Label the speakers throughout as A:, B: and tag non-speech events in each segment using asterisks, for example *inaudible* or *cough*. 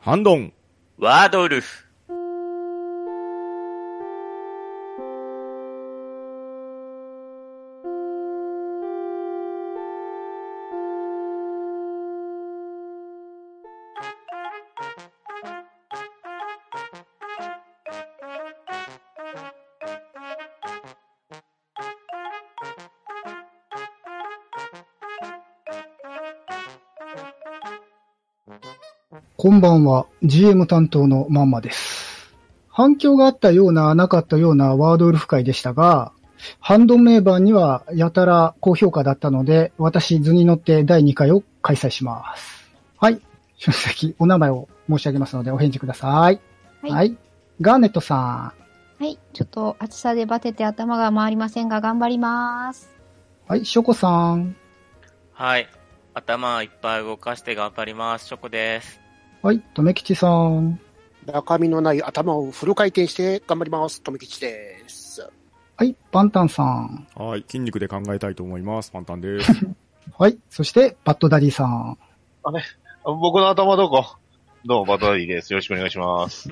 A: ハンドン。
B: ワードウルフ。
C: こんばんは、GM 担当のまんまです。反響があったような、なかったようなワードウルフ会でしたが、ハンドメーバーにはやたら高評価だったので、私図に乗って第2回を開催します。はい。出席、お名前を申し上げますのでお返事ください。
D: はい
C: ガーネットさ
D: はい。ちょっと暑さでバテて頭が回りませんが、頑張ります。
C: ん。はい。ショコさん。
B: はい。頭いっぱい動かして頑張ります。ショコです。
C: はい。とめきちさん。
E: 中身のない頭をフル回転して頑張ります。富吉です。
C: はい。パンタンさん。
A: はい、筋肉で考えたいと思います。パンタンです。
C: はい。そして、バッドダディさん。
F: 僕の頭どこどうも、バトダディです。よろしくお願いします。。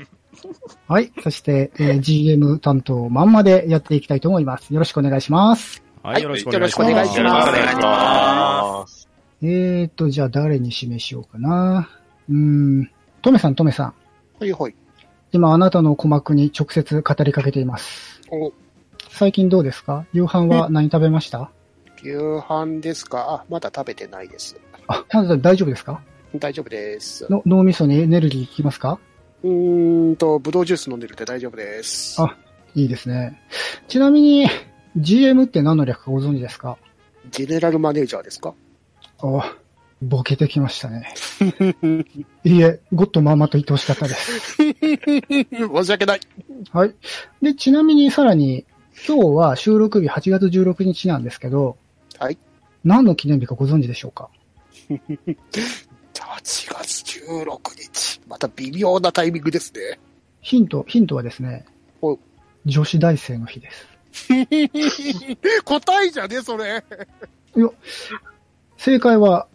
C: はい。そして、えー GM 担当まんまでやっていきたいと思います。よろしくお願いします。
A: は、
E: はいい
A: よろしくお願いします。
C: よろしくお願いします
E: お願いします
C: えーと、じゃあ誰に示しようかな。うーん。トメさん、トメさん。
E: ほいほい。
C: 今あなたの鼓膜に直接語りかけています。
E: お、
C: 最近どうですか夕飯は何食べました
E: 夕飯ですかあ、まだ食べてないです。
C: あ、まだ大丈夫ですか
E: 大丈夫です。
C: の脳みそにエネルギー効きますか
E: うーんと、ぶどうジュース飲んでるって大丈夫です。
C: あいいですね。ちなみに、GM って何の略かご存知ですか
E: ジェネラルマネージャーですか
C: あ、ボケてきましたね。いいえ、ゴッドまんまと言ってほしかったです。
E: 申し訳ない。
C: はい。で、ちなみにさらに、今日は収録日8月16日なんですけど、
E: はい。
C: 何の記念日かご存知でしょうか
E: 8月16日。また微妙なタイミングですね。 *laughs*
C: ヒント、ヒントはですね
E: お、
C: 女子大生の日です。
E: 答えじゃね、それ。
C: 正解は、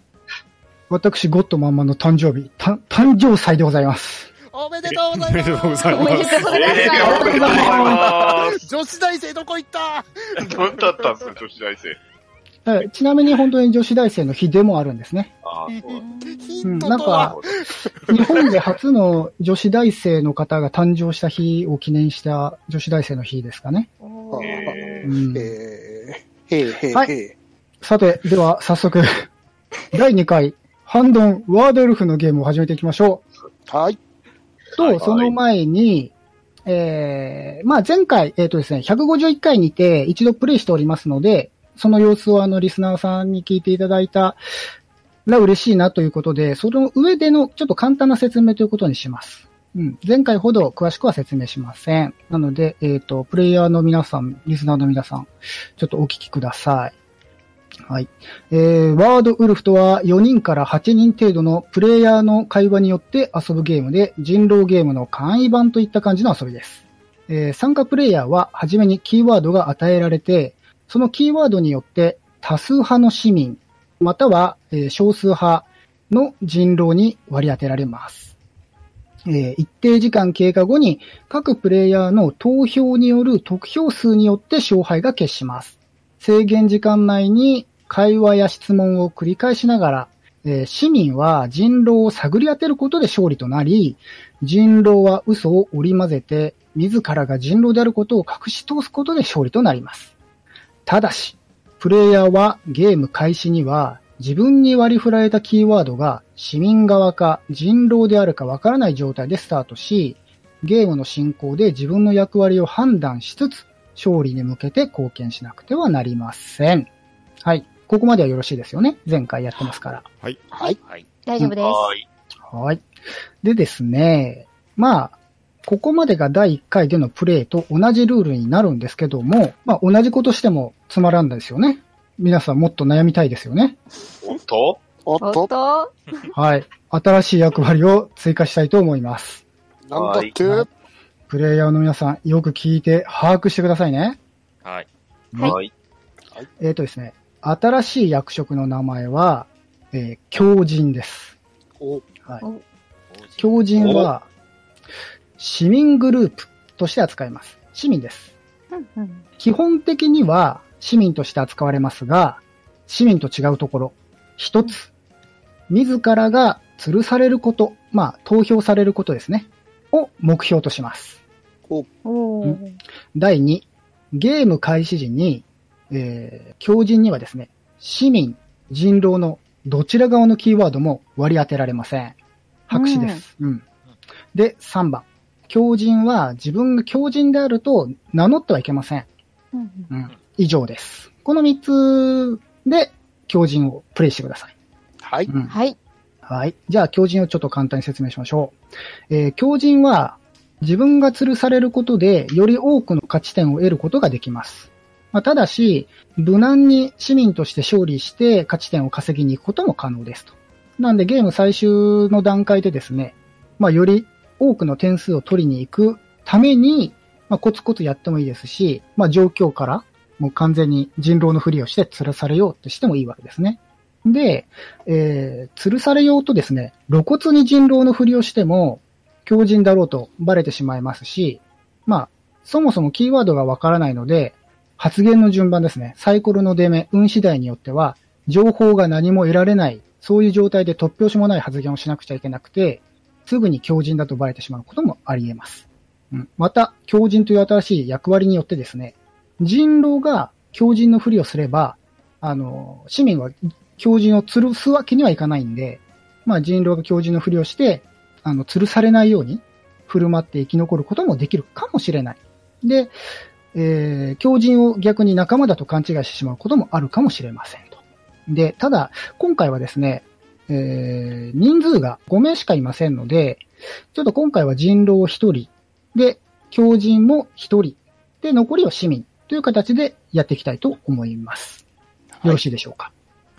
C: 私、ゴッドマンマンの誕生日、た誕生祭でございます。
E: おめでとうござ
A: おめで
E: い
A: とうご
E: ま。
A: ざい
D: おめで
A: ます。
D: とうございます。
F: おめでとうございます
E: *laughs* 女子大生どこ行った
F: す。どうだったんですか、女子大生。
C: はいちなみに本当に女子大生の日でもあるんですね。
F: ああ、そうなんだ
E: ヒ
C: うん
E: ン
C: な
E: ト
C: ん
E: と
C: か
E: は、
C: 日本で初の女子大生の方が誕生した日を記念した女子大生の日ですかね。
D: おー
F: え
C: う
F: ー
C: ん
E: えー、へいへいへい。
C: はさて、では早速、 *laughs* 第2回、ハンドンワードウルフのゲームを始めていきましょ
E: はい。
C: う。と、
F: はい
C: その前に、えー、まあ前回、えっ、とですね、151回にて一度プレイしておりますので、その様子をあのリスナーさんに聞いていただいたら嬉しいなということで、その上でのちょっと簡単な説明ということにします。うん。前回ほど詳しくは説明しません。なので、えっ、と、プレイヤーの皆さん、リスナーの皆さん、ちょっとお聞きください。はい。えー、ワードウルフとは4人から8人程度のプレイヤーの会話によって遊ぶゲームで、人狼ゲームの簡易版といった感じの遊びです。えー参加プレイヤーは初めにキーワードが与えられて、そのキーワードによって多数派の市民、または、えー少数派の人狼に割り当てられます。えー一定時間経過後に各プレイヤーの投票による得票数によって勝敗が決します。制限時間内に会話や質問を繰り返しながら、えー市民は人狼を探り当てることで勝利となり、人狼は嘘を織り交ぜて、自らが人狼であることを隠し通すことで勝利となります。ただし、プレイヤーはゲーム開始には自分に割り振られたキーワードが市民側か人狼であるかわからない状態でスタートし、ゲームの進行で自分の役割を判断しつつ、勝利に向けて貢献しなくてはなりません。はい。ここまではよろしいですよね。前回やってますから。
E: はい。
B: はい。
D: 大丈夫です。
F: はい。
C: はい。でですね、まあ、ここまでが第1回でのプレイと同じルールになるんですけども、まあ同じことしてもつまらんですよね。皆さんもっと悩みたいですよね。
F: おっと
E: お
D: お
E: っ
D: っ
E: と、
D: と、
C: はい。新しい役割を追加したいと思います。
E: なんだって、
C: はいプレイヤーの皆さん、よく聞いて把握してくださいね。
B: はい。
D: はい
F: はい。
C: えっ、とですね、新しい役職の名前は、えー強人です。
E: お、
C: はい。
D: お
C: 狂人は、市民グループとして扱います。市民です。
D: うんうん。
C: 基本的には市民として扱われますが、市民と違うところ。一つ、自らが吊るされること、まあ、投票されることですね。を目標とします。
D: お
C: う
D: ー。
C: 第2、ゲーム開始時に、えー、強人にはですね、市民、人狼のどちら側のキーワードも割り当てられません。白紙です。うん。で、3番。強人は自分が強人であると名乗ってはいけません。
D: うんうん
C: うん。以上です。この3つで強人をプレイしてください。
E: はい。
C: うん
D: はい。
C: はい。じゃあ、狂人をちょっと簡単に説明しましょう。えー狂人は、自分が吊るされることで、より多くの価値点を得ることができます。まあ、ただし、無難に市民として勝利して価値点を稼ぎに行くことも可能ですと。なんで、ゲーム最終の段階でですね、まあ、より多くの点数を取りに行くために、まあ、コツコツやってもいいですし、まあ、状況から、もう完全に人狼のふりをして吊るされようとしてもいいわけですね。で、えー、吊るされようとですね、露骨に人狼のふりをしても、強人だろうとバレてしまいますし、まあ、そもそもキーワードがわからないので、発言の順番ですね、サイコロの出目、運次第によっては、情報が何も得られない、そういう状態で突拍子もない発言をしなくちゃいけなくて、すぐに強人だとバレてしまうこともあり得ます。うん、また、強人という新しい役割によってですね、人狼が強人のふりをすれば、あの、市民は狂人を吊るすわけにはいかないんで、まあ人狼が狂人のふりをして、あの、吊るされないように振る舞って生き残ることもできるかもしれない。で、えー、狂人を逆に仲間だと勘違いしてしまうこともあるかもしれませんと。で、ただ、今回はですね、えー、人数が5名しかいませんので、ちょっと今回は人狼を1人、で、狂人も1人、で、残りを市民という形でやっていきたいと思います。よろしいでしょうか。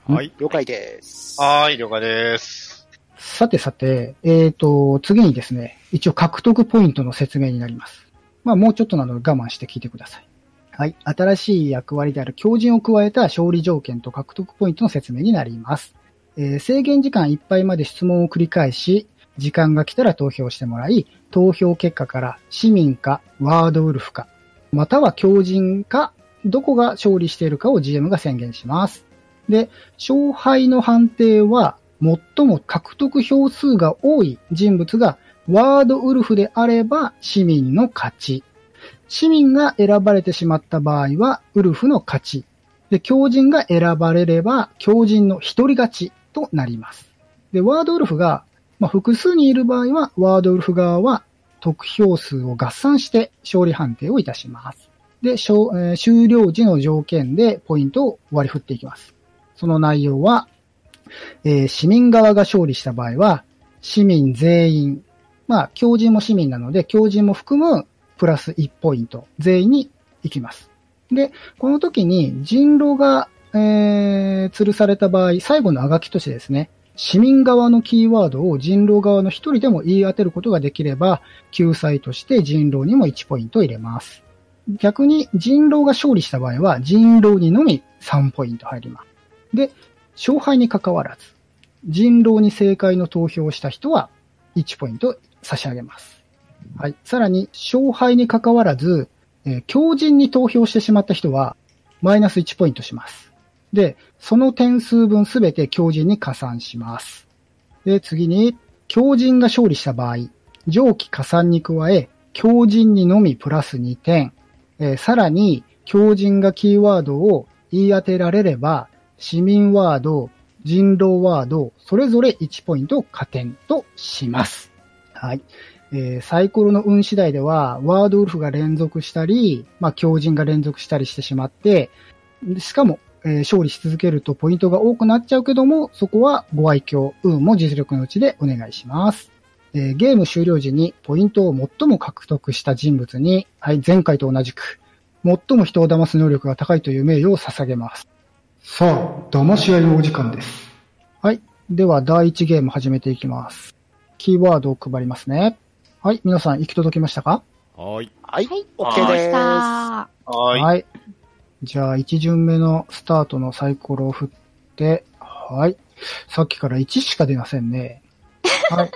A: はい。
E: 了解です。
F: はーい、了解です。
C: さてさて、えっ、と、次にですね、一応獲得ポイントの説明になります。まあ、もうちょっとなので我慢して聞いてください。はい。新しい役割である強靭を加えた勝利条件と獲得ポイントの説明になります。えー制限時間いっぱいまで質問を繰り返し、時間が来たら投票してもらい、投票結果から市民かワードウルフか、または強靭か、どこが勝利しているかを GM が宣言します。で、勝敗の判定は、最も獲得票数が多い人物がワードウルフであれば市民の勝ち。市民が選ばれてしまった場合はウルフの勝ち。で、狂人が選ばれれば狂人の一人勝ちとなります。で、ワードウルフが、まあ、複数にいる場合はワードウルフ側は得票数を合算して勝利判定をいたします。で、勝えー終了時の条件でポイントを割り振っていきます。その内容は、えー市民側が勝利した場合は、市民全員、まあ、教人も市民なので、教人も含むプラス1ポイント、全員に行きます。で、この時に人狼が、えー、吊るされた場合、最後のあがきとしてですね、市民側のキーワードを人狼側の一人でも言い当てることができれば、救済として人狼にも1ポイント入れます。逆に人狼が勝利した場合は、人狼にのみ3ポイント入ります。で、勝敗に関わらず、人狼に正解の投票をした人は1ポイント差し上げます。はい。さらに、勝敗に関わらず、えー強人に投票してしまった人は、マイナス1ポイントします。で、その点数分すべて強人に加算します。で、次に、強人が勝利した場合、上記加算に加え、強人にのみプラス2点、えーさらに、強人がキーワードを言い当てられれば、市民ワード、人狼ワード、それぞれ1ポイントを加点とします。はい。えーサイコロの運次第では、ワードウルフが連続したり、まあ、強人が連続したりしてしまって、でしかも、えー勝利し続けるとポイントが多くなっちゃうけども、そこはご愛嬌、運も実力のうちでお願いします。えーゲーム終了時にポイントを最も獲得した人物に、はい、前回と同じく、最も人を騙す能力が高いという名誉を捧げます。さあ、騙し合いのお時間です。はい。では、第1ゲーム始めていきます。キーワードを配りますね。はい。皆さん、行き届きましたか
A: はい。
E: はい
D: はい。
E: OK
D: で
E: で
D: き
E: す。
D: た
F: はーい。
C: じゃあ、1巡目のスタートのサイコロを振って、はい。さっきから1しか出ませんね。はい。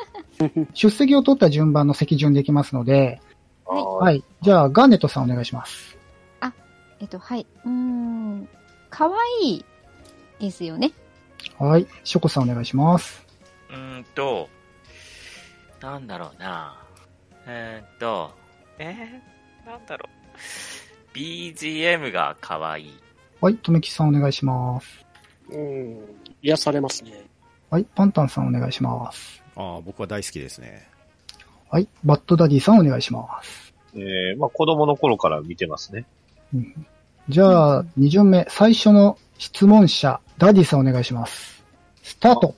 C: 出席を取った順番の席順できますので、
D: はい
F: は。
C: はいい。じゃあ、ガーネットさんお願いします。
D: えっと、はい。うーん。可愛いですよね。
C: はい。ショコさんお願いします。
B: うーんと、なんだろうな。えー、っと、えー、なんだろう。BGM が可愛い。
C: はい。とめきさんお願いします。
E: うん。癒されますね。
C: はい。パンタンさんお願いします。
A: ああ、僕は大好きですね。
C: はい。バッドダディさんお願いします。
F: えー、まあ子供の頃から見てますね。
C: じゃあ、二巡目、最初の質問者、ダディさんお願いします。スタート。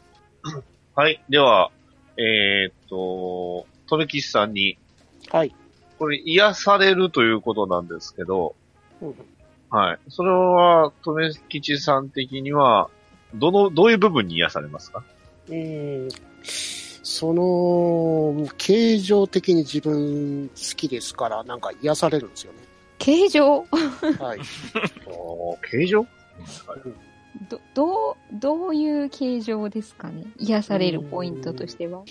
F: はい。では、えー、っと、トメキシさんに、
E: はい。
F: これ癒されるということなんですけど、
E: うん
F: はい。それは、とめきちさん的には、どの、どういう部分に癒されますか
E: うんその、形状的に自分好きですから、なんか癒されるんですよね。
D: 形状
E: *laughs* はい。
F: お形状
D: ど、どう、どういう形状ですかね癒されるポイントとしては。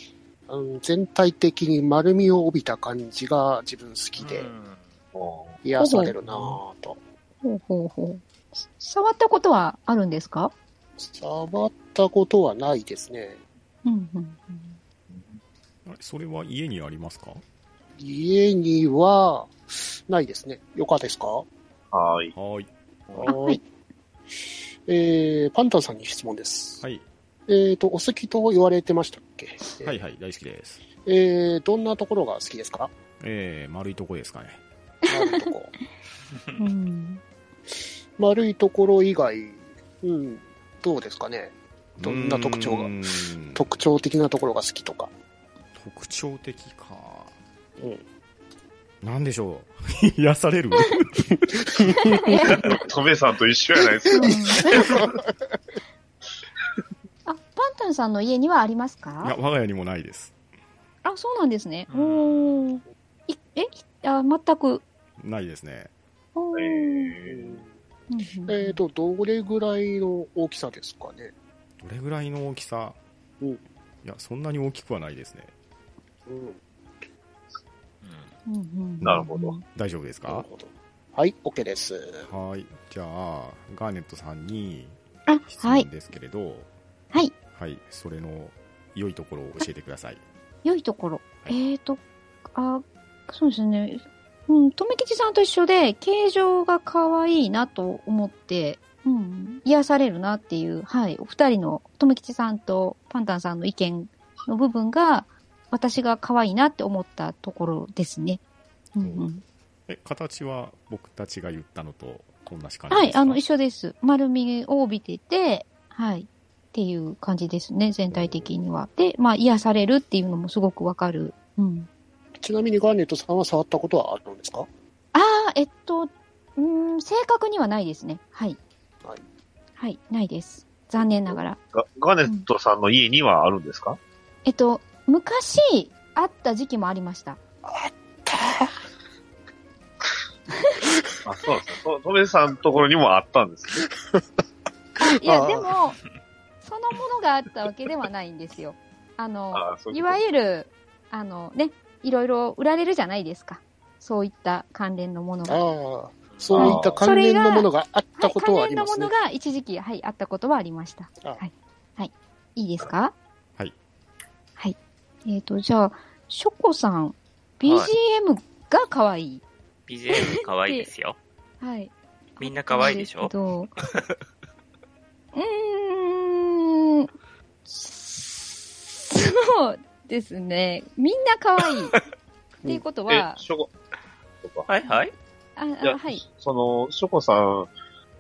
E: うん全体的に丸みを帯びた感じが自分好きで
B: うん
E: 癒されるなぁと。
D: ほうほうほう。す触ったことはあるんですか
E: 触ったことはないですね。
D: うんうん。
A: あれそれは家にありますか
E: 家にはないですね。よかですか
F: はい。
A: はい。
D: あ、はい。。
E: えー、パンタンさんに質問です。
A: はい。
E: えっと、お好きと言われてましたっけ
A: はいはい、大好きです。
E: えー、どんなところが好きですか
A: ええ丸いとこですかね。
E: 丸いとこ。
D: うん。
E: 丸いところ以外、うん、どうですかね。どんな特徴が
A: うーん
E: 特徴的なところが好きとか。
A: 特徴的か。
E: うん
A: なんでしょう。 *laughs* 癒される
F: トメさんと一緒やない
D: *laughs*
F: ですか。
D: あ、パンタンさんの家にはあります
A: いや、
D: か
A: 我が家にもないです。
D: あ、そうなんですね。
B: うん
D: おーいえいあ、全く。
A: ないですね。
D: おー
F: え
D: うんうん
E: えっ、と、どれぐらいの大きさですかね。
A: どれぐらいの大きさ
E: うん
A: いや、そんなに大きくはないですね。
E: うん、
D: うんうん
F: なるほど。
A: 大丈夫です
E: なる
A: か
E: ほど。はい、OK です。
A: はい。じゃあ、ガーネットさんに
D: あ、
A: 質
D: はい
A: 問。ですけれど、
D: はい。
A: はい、それの良いところを教えてください。
D: 良いところ。
A: はい
D: えっ、と、あ、そうですね。うん、とめきちさんと一緒で、形状が可愛いなと思って、うん、癒されるなっていう、はい、お二人の、とめきちさんとパンタンさんの意見の部分が、私が可愛いなって思ったところですね。うんうん、
A: え、形は僕たちが言ったのと同じ感じ
D: は
A: です
D: い、
A: か
D: あの、一緒です。丸みを帯びてて、はい、っていう感じですね、全体的には。で、まあ、癒されるっていうのもすごくわかる。うん。
E: ちなみにガーネットさんは触ったことはあるんですか
D: ああ、えっと、うーん、正確にはないですね。はい。
E: はい。
D: はい、ないです。残念ながら。
F: ー、ガガネットさんの家にはあるんですか、
D: えっと、昔、あった時期もありました。
F: あ、そうですね。とトメさんのところにもあったんですね。
D: い
E: あ
D: や、
E: ー
D: でも、そのものがあったわけではないんですよ。あの、
F: あーそう
D: いう
F: こと
D: わゆる、あのね、いろいろ売られるじゃないですか。そういった関連のものが。
E: ああ、そういった関連のものがあった
D: はい、
E: こと
D: 関
E: はあり
D: 連の
E: ま
D: も
E: すね
D: の。が一時期、はい、あったことはありました。
E: あ
D: はい。はい。いいですか
A: はい。
D: はい。えっ、と、じゃあ、ショコさん、BGM が可愛い。
B: BGM 可愛いです *laughs* よ。
D: はい。
B: みんな可愛いでしょ
D: ですけど
B: *laughs*
D: うーん、そうですね。みんな可愛い。っていうことは
F: え、ショコ、そっか
B: はいはい。
D: あ
F: いや
D: あはい。
F: その、ショコさん、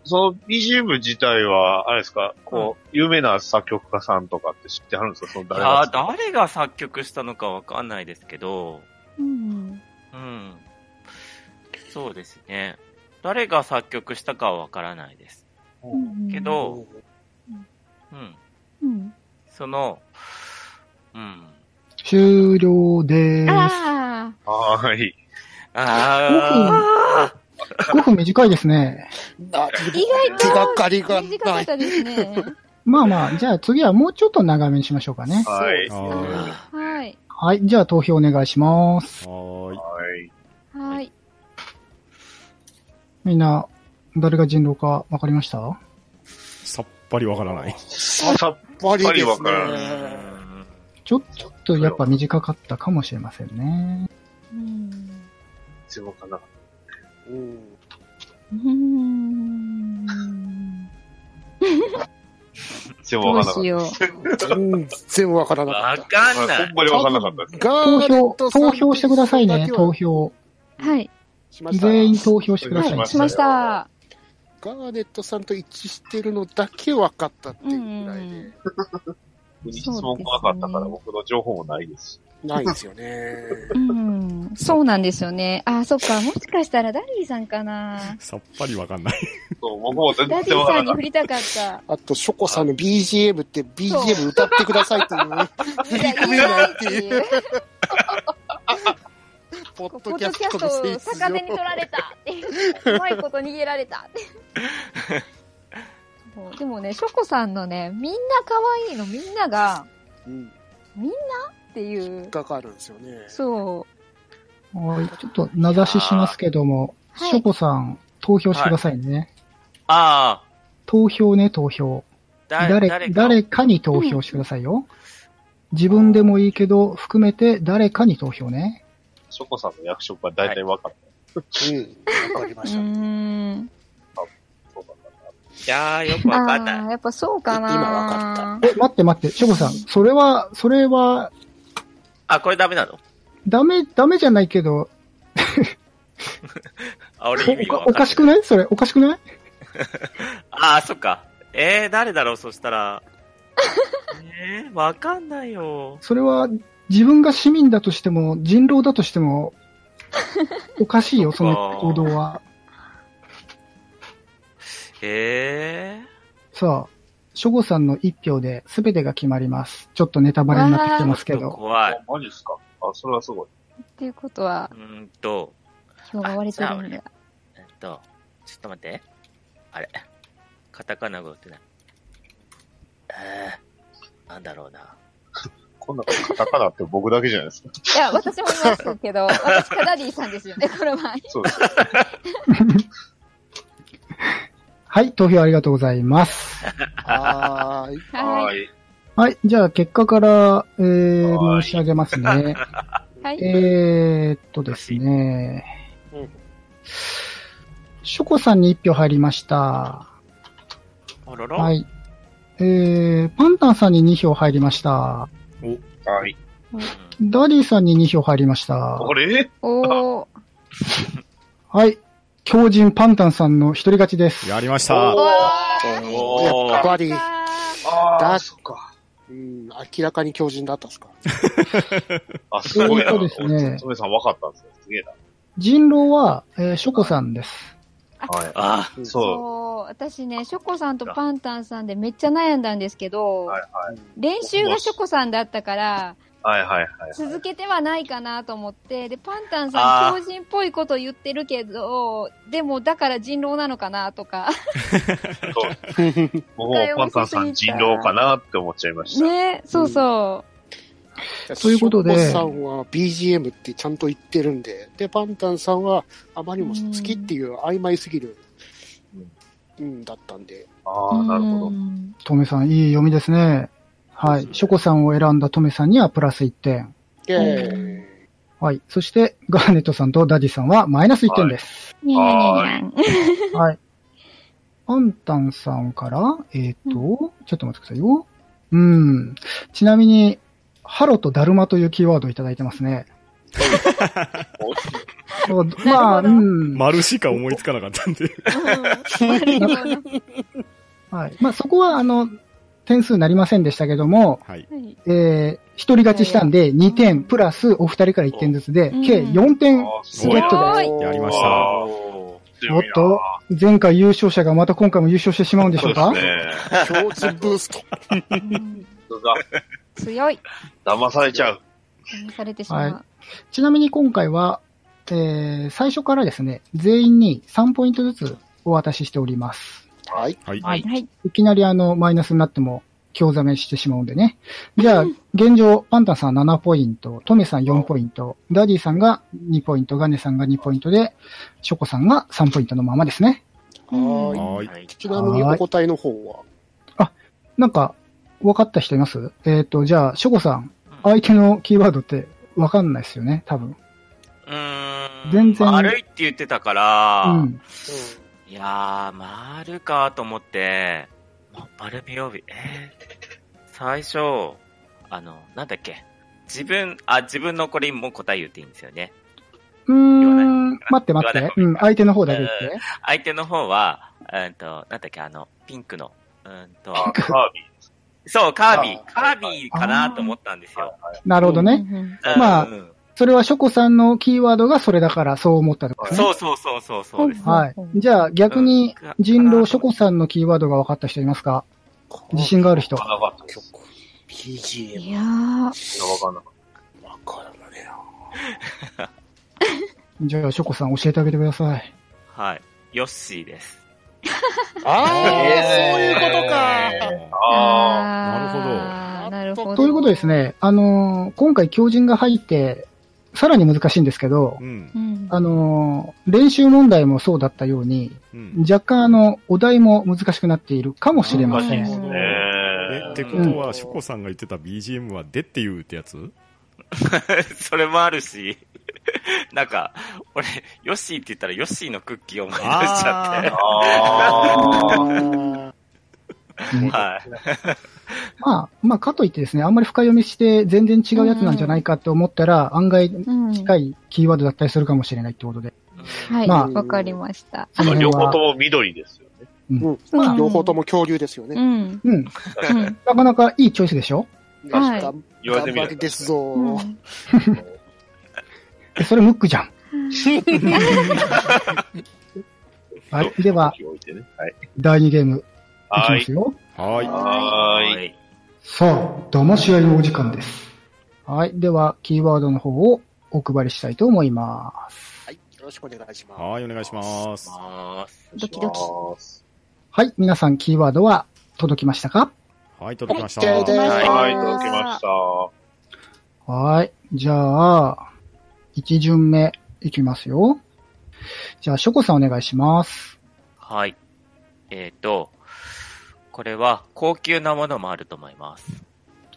F: その BGM 自体は、あれですか、こう、有名な作曲家さんとかって知ってはるんですかその
B: い
F: 誰
B: や
F: が
B: ー誰が作曲したのかわかんないですけど、
D: うん。
B: うん。そうですね。誰が作曲したかはわからないです。
D: うん
B: けど
E: うん
B: うん。
D: うん。
B: その、うん。
C: 終了でーす。
D: ああ、
F: はーい。
B: あ
C: 5分短いですね。
E: あ
D: 意外と
E: 手がかりが
D: 短か
E: な
D: っ
E: い。
D: たですね。
C: まあまあ、じゃあ次はもうちょっと長めにしましょうかね。
F: はい。
A: あー
D: はい。
C: はい。じゃあ投票お願いします。
A: はーい。
F: はい。
D: はい。
C: みんな、誰が人狼か分かりました
A: さっぱりわからない。 *laughs*
F: さっ
E: バリ
F: ぱり
E: で
F: わ
E: すね
F: からん。
C: ちょ、ちょっとやっぱ短かったかもしれませんね。
D: うん
F: 全然わかんなかっ
E: うん。
D: うーん。
F: た。全然
D: ど
F: わ
D: う
F: かん
D: し
F: なかっ
D: よう。
E: 全然わから
B: た。
E: なか
B: わ
E: った。
B: かん
F: た。
B: な
F: ほん
B: い。
F: まにわかんなかったです。
C: 投票、
E: ガーッとさん
C: 投票してください
E: だ
C: ね、
E: けは
C: 投票。
D: はい。
E: しました
C: 全員投票してください
F: し
C: ね
F: ま。
D: しました。
E: ガーネットさんと一致してるのだけ分かったっていうぐらい
D: うん
E: で、
F: 僕に質問来なかったから僕の情報もないですし。
E: ないですよね。
D: うん。そうなんですよね。あ、そっか。もしかしたらダリーさんかな。
A: さっぱりわかんない。
F: そう、僕も全
D: ダリ
F: 然
D: ー
F: わか
D: さ
F: ら
D: んに
F: なか
D: 振りたかった。
E: あと、ショコさんの BGM って BGM 歌ってくださいっていう、
D: いや、いいなっていう。
E: ポ
D: ポ
E: ッド
D: ッ
E: キャ
D: ドキャ
E: ス
D: ス
E: トの
D: トを
E: 性質
D: 逆手に取
E: 上。
D: られたっていう。うまいこと逃げられたって。もうでもね、ショコさんのね、みんな可愛いの、みんなが、
E: うん、
D: っていう。
E: かかるんですよね。
D: そ
C: はい。ちょっと名指ししますけども、
D: あーはい
C: ショコさん、投票してくださいね。
B: ああ、
C: 投票ね、投票。
B: だ
C: 誰、
B: 誰か
C: 誰かに投票してくださいよ。自分でもいいけど、含めて誰かに投票ね。
F: ショコさんの役職が大体わかっ
E: うん、わかりま
D: う。う
E: した。
D: ーん。
F: た。そうだった
B: いやー、よくわかん
D: あ
B: ない。
D: ーやっぱそうかな。
E: 今わか
C: え、待って待って、ショコさん、それは、それは、
B: あ、これダメなの
C: ダメ、ダメじゃないけど、
B: あ、俺意味
C: お
B: が
C: お
B: わか
C: お
B: ん
C: か
B: な
C: し
B: い。
C: くないそれ、おかしくない
B: ああ、そっか。えー、誰だろう、そした
D: *laughs*
B: ら。えー、わかんないよ。
C: それは、自分が市民だとしても、人狼だとしても、おかしいよ、その行動は。
B: えー。
C: さあ、ショコさんの一票で全てが決まります。ちょっとネタバレになってきてますけ
B: ちょっと
C: ど。
B: 怖い。
F: あマジっすかあ、それはすごい。
D: っていうことは
B: う、ーんと、
D: 票が割れてるんだ。
B: えっと、ちょっと待って。あれ。カタカナが打ってない。えー、なんだろうな。
F: こんなカタカナって僕だけじゃないですか。
D: いや、私もいますけど、私かダディさんですよね、 *laughs* この前。
F: そうです。
C: はい、投票ありがとうございます。
E: はーい。
D: は
F: はい。
C: はい。じゃあ、結果から、え
F: は
C: ー、
F: い
C: 申し上げます
F: *laughs*
C: ね。
D: い。はい。
C: えーっとですね
E: うん。
C: ショコさんに1票入りました。
B: あらら、
C: はい。えー、パンタンさんに2票入りました。
F: はい。
B: うん
C: ダディさんに2票入りました。
F: あれ
D: おー。
C: はい。強人パンタンさんの一人勝ちです。
A: やりました。
B: お
E: や
B: ー
E: っぱり、
D: あ
F: あ
E: だ
F: あ、
E: っか。うん、明らかに強靭だったっすか。
F: あ、すごいな。
C: そうですね
F: 俺つめさん分かったんですよ。すげえな。
C: 人狼は、えーショコさんです。
F: は
B: あ
E: うん *laughs*
D: ー
F: い。そ
D: そう。私ね、ショコさんとパンタンさんでめっちゃ悩んだんですけど、
F: はい
D: 練習がショコさんだったから、
F: う。はいはいはい。
D: 続けてはないかなと思って、で、パンタン
B: あ
D: さん、
B: ー
D: 強人っぽいこと言ってるけど、でも、だから人狼なのかなとか、
F: そう。僕もパンタンさん人狼かなって思っちゃいました。
D: ね、そうそう。
C: ということで
E: ショコさんは BGM ってちゃんと言ってるんで、で、パンタンさんはあまりも好きっていう曖昧すぎる、うん、だったんで、
F: ああ、なるほ
D: う
F: ど。
D: ん
C: トメさん、いい読みですね。はい。ショコさんを選んだトメさんにはプラス1点。
E: で、
C: はい。そして、ガーネットさんとダディさんはマイナス1点です。
D: にゃにゃにゃにゃ
C: はい。パンタンさんから、えっ、と、ちょっと待ってくださいよ。うん。ちなみに、ハロとダルマというキーワードをいただいてますね。そうまあ、
D: なる
C: う
D: ほど
C: ん。
A: 丸しか思いつかなかったんで。
D: うんなるほど
C: はい。まあ、そこは、あの、点数になりませんでしたけども、
A: はい。
D: はい
C: えー、一人勝ちしたんで、2点、プラスお二人から1点ずつで
D: う、ん
C: 計4点。
F: ああ、す
A: す
F: ご
A: ご
F: い
A: い
F: な。
D: は
E: おー
A: やりまし
F: あ
A: た。
F: あ、
C: おっと、前回優勝者がまた今回も優勝してしまうんでし
F: そ
C: ょう
F: うで
C: か
F: すね。
E: 共通ブースト。
D: うん
F: そうだ
D: 強い。
F: 騙されちゃう。
D: 騙されてしまう。
C: はちなみに今回は、えー、最初からですね、全員に3ポイントずつお渡ししております。
E: はい。
A: はい。
B: はい
D: はい。
C: いきなりあの、マイナスになっても興ざめしてしまうんでね。じゃあ、現状、パンタンさん7ポイント、トメさん4ポイント、ダディさんが2ポイント、ガネさんが2ポイントで、ショコさんが3ポイントのままですね。
D: うん
E: はーい。
A: はーい。
B: はい。
E: ちなみにお答えの方は
C: なんか、分かった人いますえっ、と、じゃあ、ショコさん、
B: うん
C: 相手のキーワードって分かんないですよね、多分。
B: うーん。
C: 全然
B: 丸いって言ってたから、
C: うん。
B: いやー、丸かと思って、ま丸み帯び、えー、最初、あの、なんだっけ。自分、あ、自分のこれもう答え言っていいんですよね。
C: うーん、待って待っ
B: 言わ
C: て
B: な。い
C: うん、相手の方だけ言っ
B: 相手の方は、うんと、なんだっけ、あの、ピンクの、うんと、
F: あカービィ。
B: そう、カービィ、カ
F: あ
B: ー
F: ー
B: ビィかなと思ったんですよ。
C: て。なるほど
D: う
C: ね。
D: ん
B: うん
C: まあ
B: うん
C: それはショコさんのキーワードがそれだから、そう思ったってことね。
B: そうそうそうそうそうです。
C: はい。じゃあ、逆に、人狼ショコさんのキーワードが分かった人いますか自信がある人
F: わ。かんなかったです。
E: 曲。BGM
D: いやー、
F: わかんなかっ
E: わからねえな。
C: じゃあ、ショコさん教えてあげてください。
B: はい。ヨッシーです。
E: あー、
F: え
E: そ
F: ー
E: ういうことか。
F: た。ああ。
D: ーなるほど。
C: ということです。ね、あのー今回強人が入って、さらに難しいんですけど
A: う、ん
D: う。ん。
C: あのー練習問題もそうだったように、
A: うん。
C: 若干あの、お題も難しくなっているかもしれま
F: 難し
C: せ
F: い
C: ん。
F: ですね。
A: え、ってことは、ショコさんが言ってた BGM はでっていうってやつ
B: *laughs* それもあるし、 *laughs* なんか、俺、ヨッシーって言ったらヨッシーのクッキーを思い出しちゃって。
F: ああ。
C: うん
B: はい。
C: まあ、まあ、かといってですね、あんまり深読みして全然違うやつなんじゃないかって思ったら、案外
D: うん、
C: 近いキーワードだったりするかもしれないってことで。
D: はい、
C: ま
D: わ、
C: あ
D: かりました。
C: その辺
F: 両方
C: は
F: と、も緑ですよね。
C: うん
E: ま
D: う
E: あ
D: ん
E: 両方とも恐竜ですよ
D: う
E: ね。
D: ん。
C: うん。
D: うん。
C: なかなかいいチョイスでしょ
E: ね
D: はい
E: 頑
F: 言われて
E: 頑
F: みれ
E: 張
F: ば
E: りです
D: う
E: ぞ。
D: ん
C: えそれムックじゃ
F: *laughs*
C: ん。はい。では、
F: 置いてねはい。
C: 第2ゲームいき
F: は
C: ま
F: い
C: す。よ。
A: はーい。
F: はーい。
B: い。
C: さあ、騙し合いのお時間です。はい。では、キーワードの方をお配りしたいと思いま
E: はい。よろしくお願いします。
A: はーい、お願いします。
B: まーす。
D: ドキドキ。
C: す。はい。皆さん、キーワードは届きましたか
A: はい、届きました。
E: はいじゃあ
F: はい、届きました。
C: はい。じゃあ、1巡目いきますよ。じゃあ、ショコさんお願いします。
B: はい。えっ、と、これは高級なものもあると思います。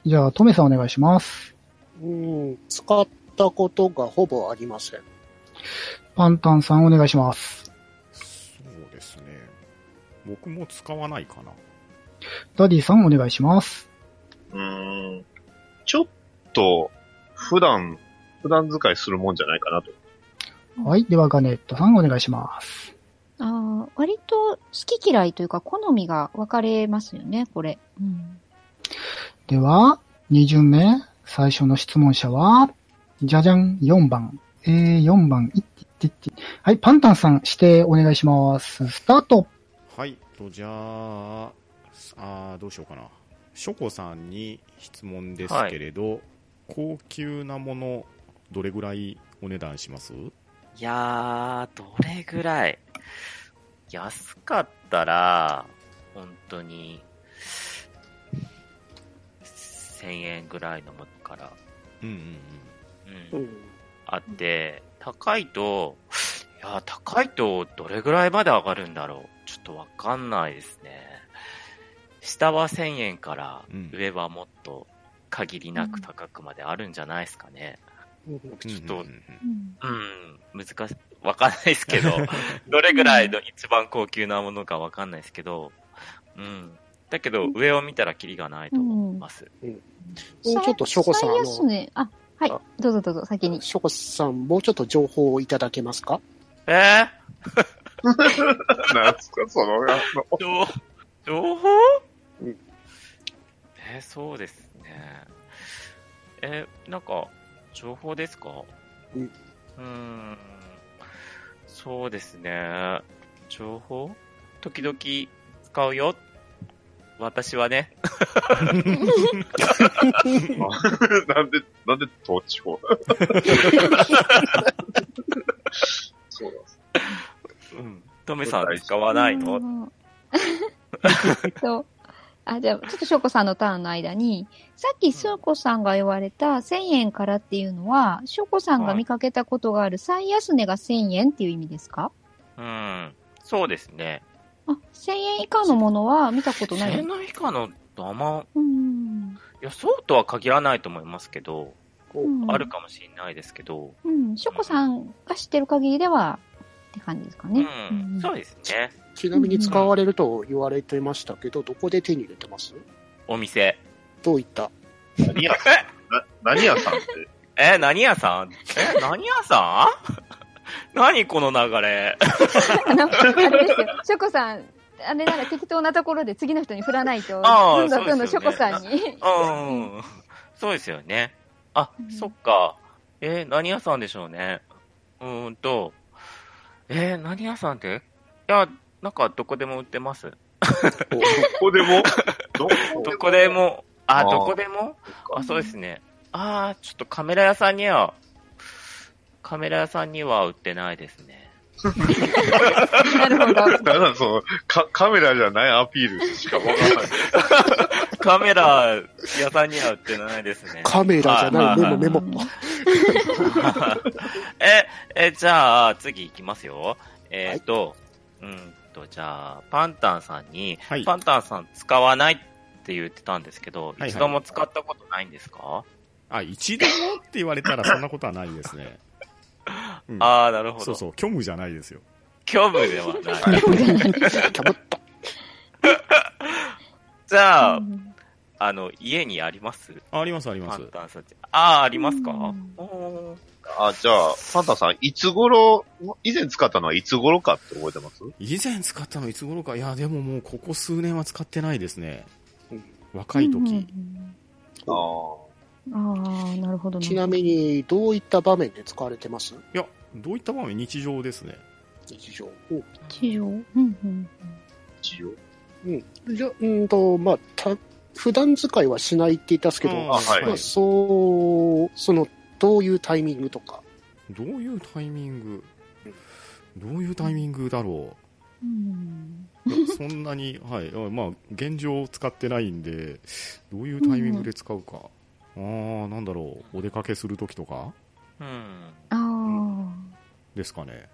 C: じゃあ、トメさんお願いします。
E: うん。使ったことがほぼありません。
C: パンタンさんお願いします。
A: そうですね。僕も使わないかな。
C: ダディさんお願いします。
F: うーん。ちょっと、普段、普段使いするもんじゃないかなと。
C: はい。では、ガネットさんお願いします。
D: あー割と好き嫌いというか好みが分かれますよね、これ。うん。
C: では、2巡目、最初の質問者は、じゃじゃん、4番。えー、4番、いってってって。はい、パンタンさん、指定お願いします。スタート
A: はい、とじゃあ、あーどうしようかな。ショコさんに質問ですけれど、高級なもの、どれぐらいお値段します
B: いやー、どれぐらい安かったら、本当に、1000円ぐらいのものから、
A: うんうんうん。
B: うん
E: うん。
B: あって、高いと、いやー、高いとどれぐらいまで上がるんだろうちょっとわかんないですね。下は1000円から
A: うん、
B: 上はもっと限りなく高くまであるんじゃないですかね。
E: うん
B: ちょっと
A: うんうん
B: うん、難しい、わかんないです *laughs* けど、どれぐらいの一番高級なものかわかんないですけど、うん。だけど、上を見たらキリがないと思います。
E: もうちょっとショコさん、あ
D: 最安
E: の、
D: 値あ、はい
E: あ。
D: どうぞどうぞ、先に。
E: ショコさん、もうちょっと情報をいただけますか
B: えー
F: なんすか、その、あの
B: 情情報
E: うん
B: えーそうですね。えーなんか、情報ですか
E: うん
B: うーん。そうですね。情報時々使うよ。私はね。
F: *laughs* なんで、なんで統治法そうなんです。
B: うん。トメさん使わないの
D: *laughs* うんえっと、あ、じゃあ、ちょっと翔子さんのターンの間に、さっき翔子さんが言われた1000円からっていうのは、翔子さんが見かけたことがある最安値が1000円っていう意味ですか
B: うん。そうですね。
D: あ、1000円以下のものは見たことない。
B: 1000円以下のあんま、
D: うん。
B: いや、そうとは限らないと思いますけど、
D: うん
B: あるかもしれないですけど、
D: うん。翔子さんが知ってる限りでは、って感じですか
B: う
D: ね。
B: ん、そうですね。
E: ちなみに使われると言われてましたけど、どこで手に入れてます
B: お店。
E: どういった
F: 何屋さんな何屋さんって。
B: え、何屋さんえ、何屋さん *laughs* 何この流れ。
D: *laughs* あの、あれですよ。ショコさん、あれなら適当なところで次の人に振らないと、
B: あ
D: ど
B: ー
D: んどんどんどんシ
B: そ
D: ョ
B: うで
D: コ
B: すよね
D: さんに。
B: うん。そうですよね。あ、
D: うん
B: そっか。えー何屋さんでしょうね。うーんと。えー何屋さんっていや、なんかどこでも売ってます。
F: どこでもど
B: どこで。も、あ、
F: あー
B: どこでもあ、そうですね。あー、ちょっとカメラ屋さんには、カメラ屋さんには売ってないです *laughs* ね。
D: なるほど。
F: なんだそのカカメラじゃないアピールしかわからない。
B: カメラ屋さんには売ってないですね。
E: カメラじゃない、
B: あ
E: メ
B: あ
E: モ、メモ。
B: え、 *laughs* え、じゃあ、次行きますよ。えっ、と、うんと、じゃあ、パンタンさんに、
A: はい
B: パンタンさん使わないって言ってたんですけど、
A: いはい
B: 一度も使ったことないんですか、
A: あ、一度もって言われたらそんなことはないですね。
B: *laughs*
A: うん
B: ああ、なるほど。
A: そうそう、虚無じゃないですよ。
B: 虚無ではな
A: *laughs*
B: い。
E: キャブった。
B: じゃあ
D: う、ん
B: あの、家にあります
A: ありますありま
B: パ
A: す
B: ン。タンさんって。ああ、ありますか、
D: うん
B: おー
F: あ、じゃあ、パンタさん、いつ頃、以前使ったのはいつ頃かって覚えてます
A: 以前使ったのいつ頃か。いや、でももうここ数年は使ってないですね。若い時。。
F: あ
D: うんああ、なるほど。
E: ちなみに、どういった場面で使われてます
A: いや、どういった場面日常ですね。
E: 日常。うん
D: 地上。うんうん。
F: 一応。
E: じゃ、うーんと、まあ、た、普段使いはしないって言ったんですけど、
A: うん
F: あはい
E: まあ、そう、その、どういうタイミングとか、
A: どういうタイミングどういうタイミングだろ
D: うん
A: ういやそんなに、はい、あまあ、現状使ってないんで、どういうタイミングで使うか。ああ、なんだろう、お出かけする時とか
B: うん。
D: ああ。
A: ですかね。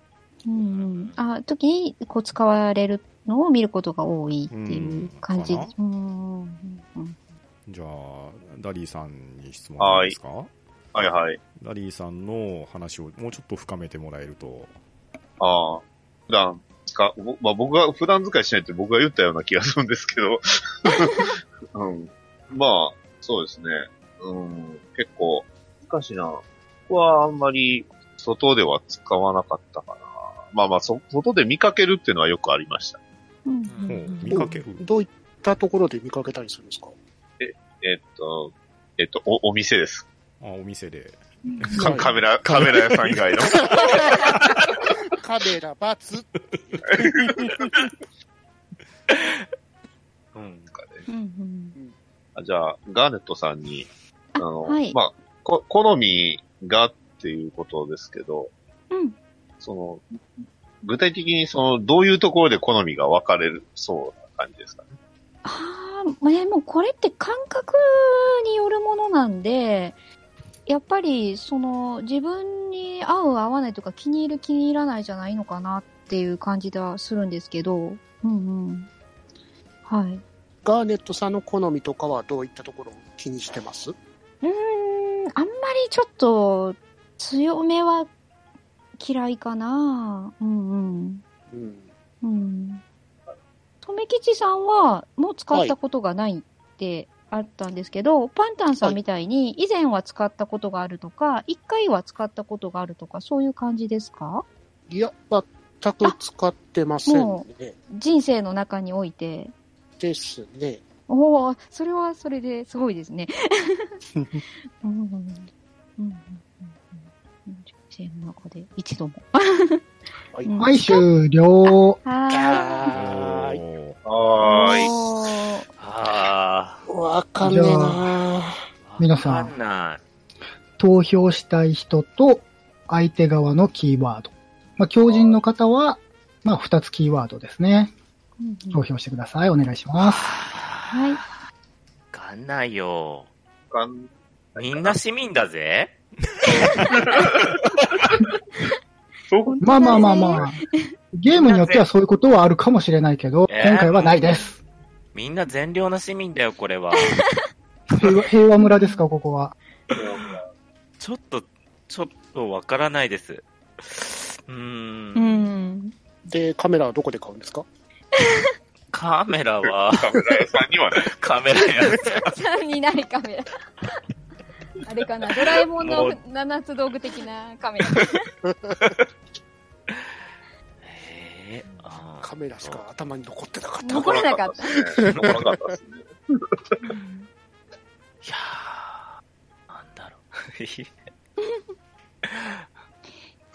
D: うんうん。あ、時に、こう、使われるのを見ることが多いっていう感じ。
A: うんか
D: うんうんうん
A: じゃあ、ダリーさんに質問ですか、
F: はいはい。
A: ダリーさんの話をもうちょっと深めてもらえると。
F: ああ。普段使う、ぼまあ、僕が普段使いしないって僕が言ったような気がするんですけど。うん。まあ、そうですね。うん。結構、難しいな。僕はあんまり外では使わなかったかな。まあまあ、そ外で見かけるっていうのはよくありました。
D: う
B: う
D: ん
A: もうん見かける。
E: どういったところで見かけたりするんですか
F: えっと、えっと、お、お店です。
A: あお店で。
F: かカメラ、カメラ屋さん以外の。
E: カメラ、バツ。
B: うん。
D: うん
F: あじゃあ、ガーネットさんに、あ
D: あ
F: の、
D: はい。
F: まあ、こ、好みがっていうことですけど、
D: うん
F: その、具体的にその、どういうところで好みが分かれる、そうな感じですかね。
D: ああ、ね、もうこれって感覚によるものなんで、やっぱりその自分に合う合わないとか気に入る気に入らないじゃないのかなっていう感じではするんですけど、うんうん。はい。
E: ガーネットさんの好みとかはどういったところを気にしてます
D: うーん、あんまりちょっと強めは嫌いかな。うんうん。
E: うん。
D: うん。留吉さんは、もう使ったことがないってあったんですけど、パンタンさんみたいに、以前は使ったことがあるとか、一回は使ったことがあるとか、そういう感じですか
E: いや、全く使ってませんね。
D: 人生の中において。
E: ですね。
D: おお、それはそれですごいですね。うんうんうんうんうん人生の中で一度も。
E: はい
D: うん
C: はい、終了。
D: は
E: はーい。
A: おー
F: はーい。
D: ーい。
B: あ
E: わかんねえな
B: あ。
C: 皆さん
B: わかんない。
C: 投票したい人と相手側のキーワード。まあ、強人の方は、まあ、二つキーワードですね。
D: うんうん
C: 投票してください。お願いします。
D: はい。
B: わかんないよ。
F: かん
B: みんな市民だぜ。
F: そう
C: まあまあまあ
D: *laughs*
C: まあ。ゲームによってはそういうことはあるかもしれないけど、
B: えー
C: 今回はないです。
B: みんな善良な市民だよ、これは。
C: 平和平和村ですか、ここは。
B: ちょっと、ちょっとわからないです。うー。
D: うんん。
E: で、カメラはどこで買うんですか
B: カメラは、
F: カメラ屋さんにはね、
B: *laughs* カメラや。
D: さんにないカメラ。あれかな、ドラえもんの七つ道具的なカメラ。
B: えーあー
E: カメラしか頭に残ってなかった。
D: 残らなかった。
F: 残らなかったですね。
B: いやー、なんだろう。
D: *laughs*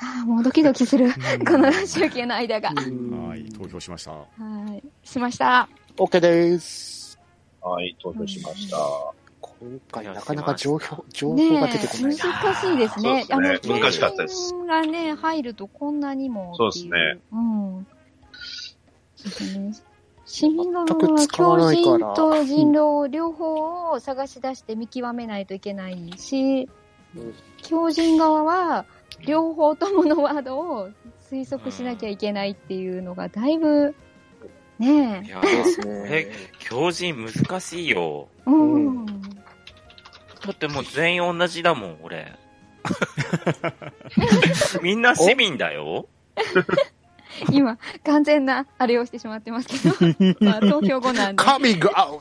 D: ああ、もうドキドキする。この集計の間が。
E: うん
A: はい、投票しました。は
D: はい。しました。
E: OK です。
F: はい、投票しました。
E: 今回なかなか情報、情
D: ね
E: 報
D: え
E: が出てこない。
D: 難しいですね。
F: そうで
B: ね
F: す
D: あの
B: 難しか
F: ったです
D: 県民がね、入るとこんなにもってい
F: そうです
D: ね。うん。ですね。市民側
E: 全く
D: は
E: 使わ
D: 狂
E: ないから
D: 人と人狼両方を探し出して見極めないといけないし
E: うん、
D: 狂人側は両方とものワードを推測しなきゃいけないっていうのがだいぶ、ね
B: い
D: え、
B: や
E: そうで
B: *laughs* ー、
E: すね
B: え。狂人難しいよ。
D: うん。
B: だってもう全員同じだもん、俺。みんな市民だよ。
D: 今、完全なあれをしてしまってますけど、まあ、投票後なんで。
E: カミングアウ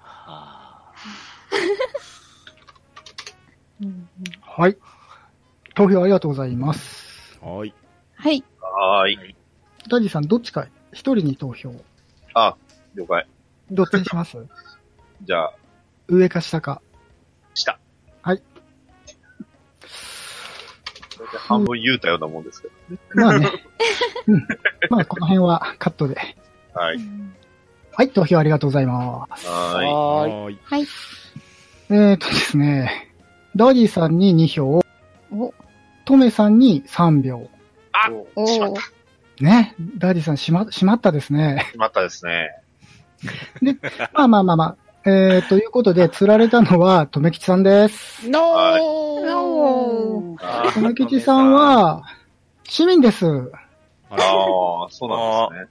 B: はあ
D: うんうん
C: はい。投票ありがとうございます。
A: い。
D: はい。
F: はーい。
C: ダディさん、どっちか、一人に投票。
F: あ、了解。
C: どっちにし
D: *laughs*
C: ます
F: じゃあ、
C: 上か下か。
F: した。
C: はい。
F: 半分言うたようなもんですけど。
C: まあね。うん。まあ、この辺はカットで。
F: は
D: う
F: い。
D: ん
C: はい、投票ありがとうございます。
E: ト。
F: は
E: はーい。
A: はーい。
D: はい。
C: えーとですね、ダディさんに2票、
D: お、
C: トメさんに3票。
F: あ
E: お
D: お
F: しま
D: ー
F: っ
C: ね、ダディさんしま、しまったですね
F: *laughs* い。。決まったですね。
C: まあまあまあまあ。えー、ということで、釣られたのは、とめきちさんです。
E: ノ
F: は
E: ー
D: ノ
B: あ
C: とめきちさん、は、市民です。
A: あら
F: ああ、そうなんですね。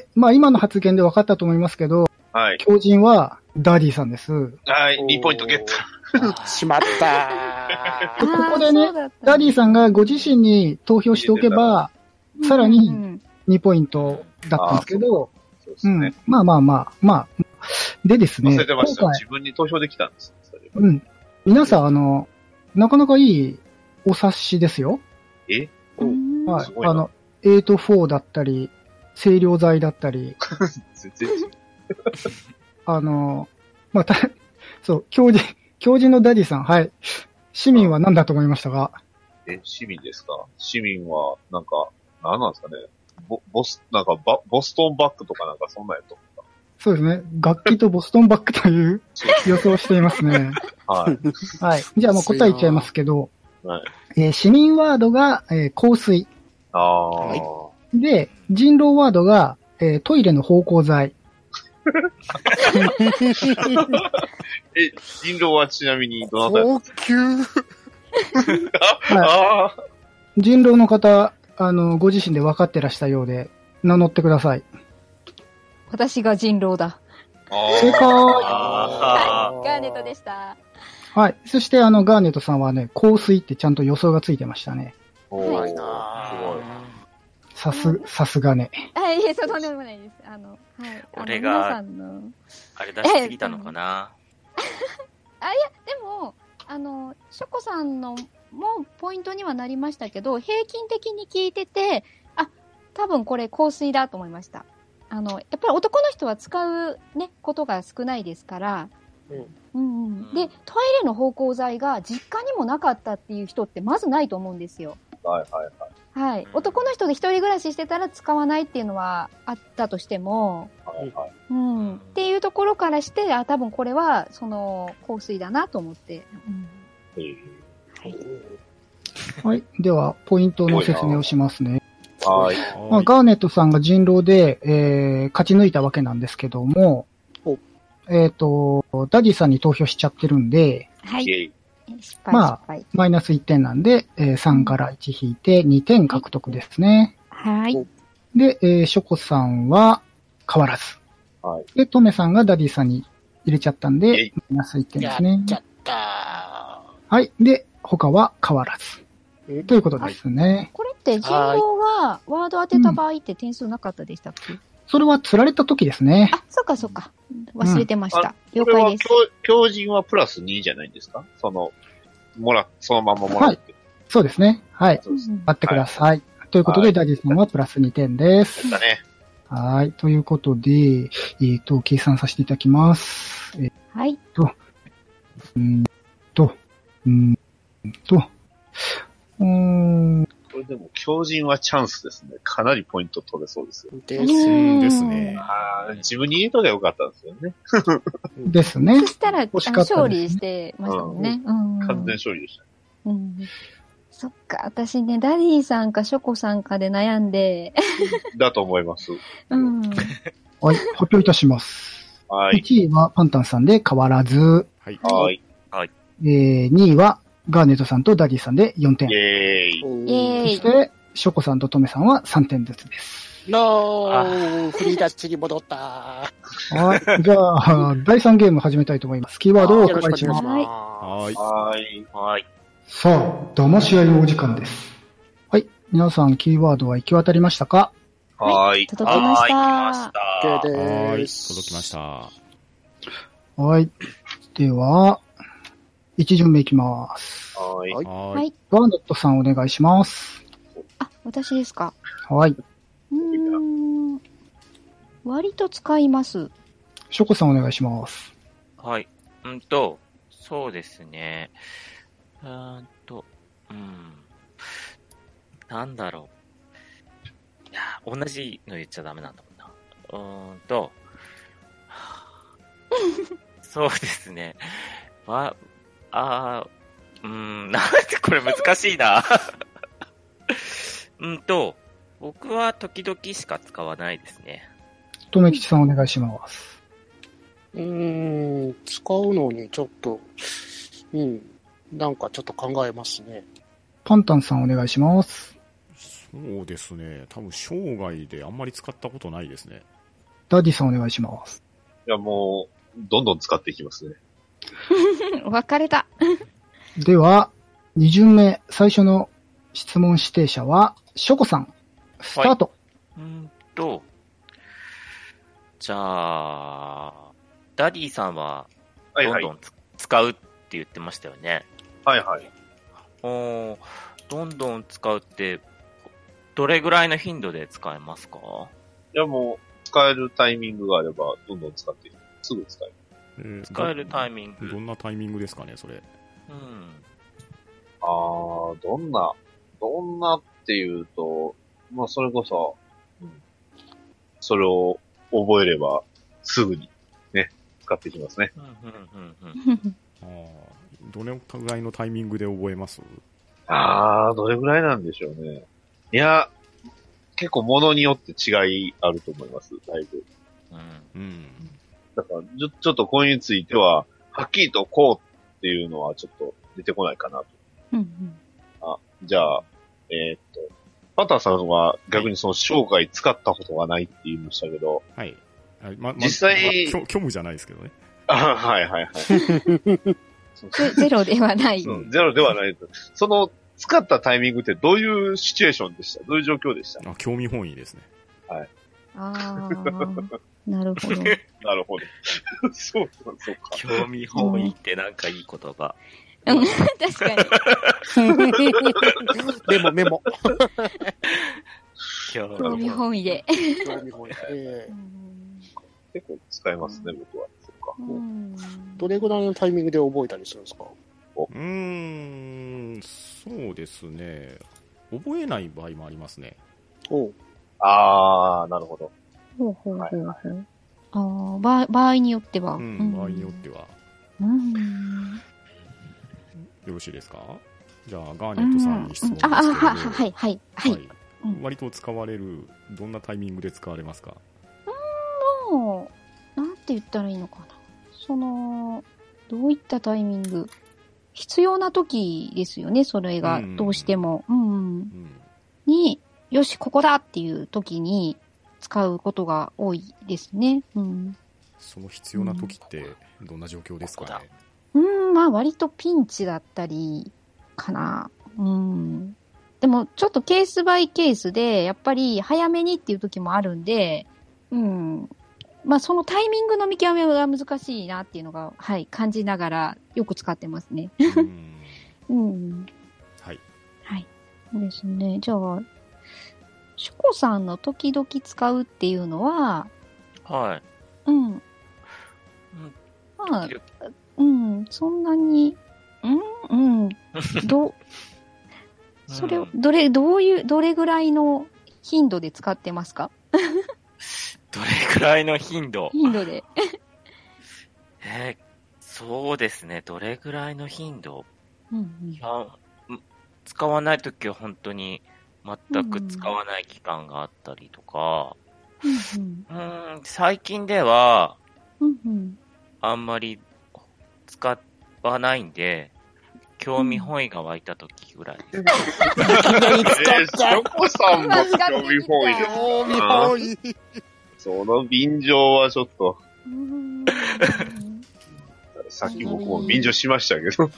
C: で、まあ今の発言で分かったと思いますけど、
F: はい。
C: 狂人はダディさんです。
F: はい、
E: おー
F: 2ポイントゲット。
E: しまった
D: あ
C: こ
D: ー
C: こでね
D: そうだった
C: ダディさんがご自身に投票しておけば、さら
D: う
C: に
D: ん
C: 2ポイントだったんですけど、
F: そうで
C: う
F: すね
C: ん。。まあまあまあ、まあ。でですね、
F: 忘れてま
C: 今
F: したよ。
C: 回、
F: 自分に投票できたんです。
C: うん。皆さん、あの、なかなかいいお察しですよ。
F: え
E: お
D: うん
C: はい
F: すご。いな
C: あの、8-4だったり、清涼剤だった
F: *laughs*
C: り、
F: 全然。
C: あの、まあ、た、 *laughs* そう、教授、教授のダディさん、はい。市民は何だと思いましたが、
F: え、市民ですか市民は、なんか、何なんですかねボボス、なんかボ、ボストンバッグとかなんかそんなんやと思っ
C: そうですね。楽器とボストンバッグという予想をしていますね。
D: *laughs*
F: た。はい。
C: はい。じゃあもう答え言っちゃいますけど、
F: はい。
C: えー市民ワードが、えー香水。
F: ああ、
E: はい
C: で、人狼ワードが、えートイレの芳香
F: *laughs*
C: 剤。
F: え、人狼はちなみにどなたです
E: 高級
F: か、
C: は
F: ああー、
C: い。人狼の方、あの、ご自身で分かってらしたようで、名乗ってください。
D: 私が人狼だ。
C: 正
F: あ
C: 解。
B: あー
D: ガーネットでした。
C: はい。そして、あの、ガーネットさんはね、香水ってちゃんと予想がついてましたね。
F: あ、
D: う
F: は
D: ま
F: い
E: い
F: な
E: な
C: さす、さすがね。
D: はい、いえ、そうとんでもないです。あの、はい。あの
B: 俺が
D: 皆さんの。
B: あれ出しすぎたのかな
D: でも、あの、ショコさんのもポイントにはなりましたけど、平均的に聞いてて、あ、多分これ香水だと思いました。あの、やっぱり男の人は使うね、ことが少ないですから、うんうん、で、トイレの芳香剤が実家にもなかったっていう人ってまずないと思うんですよ。
F: はいはいはい。
D: はい。男の人で一人暮らししてたら使わないっていうのはあったとしても、
F: はいはい、
D: うん。っていうところからして、あ、多分これは、その、香水だなと思って。うん
F: えー
C: はい。では、ポイントの説明をしますね。
F: はい。
C: まあ、
A: はい
C: ガーネットさんが人狼で、えー勝ち抜いたわけなんですけども
E: お、
C: えっ、と、ダディさんに投票しちゃってるんで、
D: は
F: イ
D: い。
F: ェイ。
D: 失敗、
C: まあ
D: 失敗。
C: マイナス1点なんで、えー3から1引いて2点獲得ですね。
D: はい。
C: で、えーショコさんは変わらず。
F: はい
C: で、トメさんがダディさんに入れちゃったん
F: え
C: で
F: い、
C: マイナス1点で
E: や
C: すね
E: っ。ちゃった
C: はい。で、他は変わらず。
E: え
C: ということですね。
D: これって人狼がワード当てた場合って点数なかったでしたっけ、
C: それは釣られた時ですね。
D: あ、そっかそっか。忘れてました。了
F: これ
D: 解
F: は
D: です。
F: 強、強人はプラス2じゃないんですかその、もら、そのままもらって。
C: そうですね。はい。
F: そうですね。
C: 待ってください。ということで、
F: はい
C: ダディさんはプラス2点です。
F: だね。
C: はい。ということで、えっ、と、計算させていただきます。えっ、
D: はい。
C: と、うーんと、うーん、
F: これでも、強人はチャンスですね。かなりポイント取れそうですよ。
E: で
D: う
E: す。
D: ん
A: ですね。
F: ああ、自分に入れとけばよかったんですよね。
C: ですね
D: そ。したら、あの
C: 惜しかったですね
D: 勝利してましたもんね。うん。
F: 完全勝利でした。
D: うん。そっか、私ね、ダディさんかショコさんかで悩んで、 *laughs*
F: だと思い *laughs* ます。
D: うん。
C: はい。発表いたします。
F: は
C: 1
F: い。
C: 位はパンタンさんで変わらず、
A: はい。
F: はい。
C: えー、2位はガーネットさんとダディさんで4
F: イ
C: 点。
F: ェーイ。
E: うん
D: イ
C: そ
D: ェーイ
C: し。て、ショコさんとトメさんは3点ずつです。
E: ノ
B: あ
E: ーフリーダッチに戻った
C: はい。じゃあ、第3ゲーム始めたいと思います。キーワードをお
E: よろ
C: 伺い
E: し
C: し
E: くお願
C: ます
E: いし。ま
A: はい。
F: はい。
B: はい。
C: さあ、騙し合いのお時間です。はい。皆さん、キーワードは行き渡りましたか
F: はい。
D: 届きまし
B: は
D: た。
E: す。
B: い。来ました。
A: は
E: で
A: い。
E: す。
A: 届きました。は
C: はい。では、1巡目いきます。
F: はい。
A: い。
C: ガーネットさんお願いします。
D: あ、私ですか。
C: はい。
D: うーん。割と使います。
C: ショコさんお願いします。
B: はい。うんと、そうですね。うーんと、うん。なんだろう。いや、同じの言っちゃダメなんだもんな。うーんと、 *laughs* はぁそうですね。わ、あー、うーん、なんてこれ難しいな。 *laughs* うんと、僕は時々しか使わないですね。
C: とめきちさんお願いします。
E: うーん、使うのにちょっと、うん、なんかちょっと考えます
F: *laughs*
E: ね。
C: パンタンさんお願いします。
A: そうですね。多分、生涯であんまり使ったことないですね。
C: ダディさんお願いします。
F: いや、もう、どんどん使っていきますね。
D: 別れた。
C: では、2巡目、最初の質問指定者は、ショコさん。スタート。
B: うーんと、じゃあ、ダディさんは
F: はい
B: ど
F: は
B: ん
F: い。
B: ど
F: は
B: んつ使うって言ってましたよね。
F: いはい。
B: おーどんどん使うって、どれぐらいの頻度で使えますか
F: いや、もう、使えるタイミングがあれば、どんどん使っていく。すぐ使える。
B: 使えるタイ
A: ミ
B: ミング。
A: どんなタイミングですかね、それ。
B: うん。
F: あー、どんな、どんなっていうと、まあ、それこそ、うん、それを覚えれば、すぐに、ね、使っていきますね。
B: うん、うん、うん、うん。
A: ああ。どれぐらいのタイミングで覚えます
F: あー、どれぐらいなんでしょうね。いや、結構物によって違いあると思います、だいぶ。
B: うん
A: うん。
F: だから、ちょちょっとこれについては、はっきりとこうっていうのはちょっと出てこないかなと。
D: うん
F: じゃあ、えーっと、パターさんは逆にその生涯使ったことがないって言いましたけど、 *laughs*
A: はい。あま、ま、
F: 実際
A: ま虚虚無じゃないですけどね。
F: あはいはいはい。そう
D: ゼゼロではない。
F: そうゼロではないです。その、使ったタイミングってどういうシチュエーションでしたどういう状況でした
A: あ、興味本位ですね。
D: ああ。なるほ
A: *laughs*
D: ど。
F: なるほど。 *laughs* そうか、そうか。
B: 興味本位ってなんかいい言葉。
D: うん確か
A: *laughs*
D: に。
E: *laughs* メモメモ。
B: 興味
D: 興味本位で。
E: 興味本位え
D: う
E: ー
D: ん
F: 結構使えますね、僕は。そう
D: う
F: か。
D: ん
E: どれぐらいのタイミングで覚えたりするんですか
A: うーん、そうですね。覚えない場合もありますね。
E: おう
F: あー、なるほど。
D: ほうほうほうほう。ああ、場場合によっては。
A: うん、場合によっては。
D: うん。
A: よろしいですかじゃあ、ガーネットさんに質問ですけど、
D: ああ、は、はい、はい、はい。うん
A: 割と使われる、どんなタイミングで使われますか
D: もう、なんて言ったらいいのかな。その、どういったタイミング。必要な時ですよね、それが。
A: うん
D: どうしても。うんうん。
A: うん。
D: に、よし、ここだっていう時に使うことが多いですね。うん。
A: その必要な時って、どんな状況ですかね。
D: うん、まあ割とピンチだったり、かな。うん。でもちょっとケースバイケースで、やっぱり早めにっていう時もあるんで、うん。まあそのタイミングの見極めが難しいなっていうのが、はい、感じながらよく使ってますね。
A: うん。
D: うん。
A: はい。
D: はい。そうですね。じゃあ、ショコさんの時々使うっていうのは、
B: はい。
D: うん。まあ、うん、そんなに、うん、うん、ど、それを、どれ、どういう、どれぐらいの頻度で使ってますか
B: どれくらいの頻度
D: 頻度で。
B: えーそうですね。どれくらいの頻度
D: うん
B: いやん使わないときは本当に全く使わない期間があったりとか、
D: うん、
B: うーん、最近では
D: うん、うん、
B: あんまり使わないんで、興味本位が湧いたときぐらいです。
F: えー、ショコさんも興味本位で
D: うん。
F: す
E: 興味本位。
F: *laughs* その便乗はちょっと、
D: うん。
F: さっき僕も便乗しましたけど。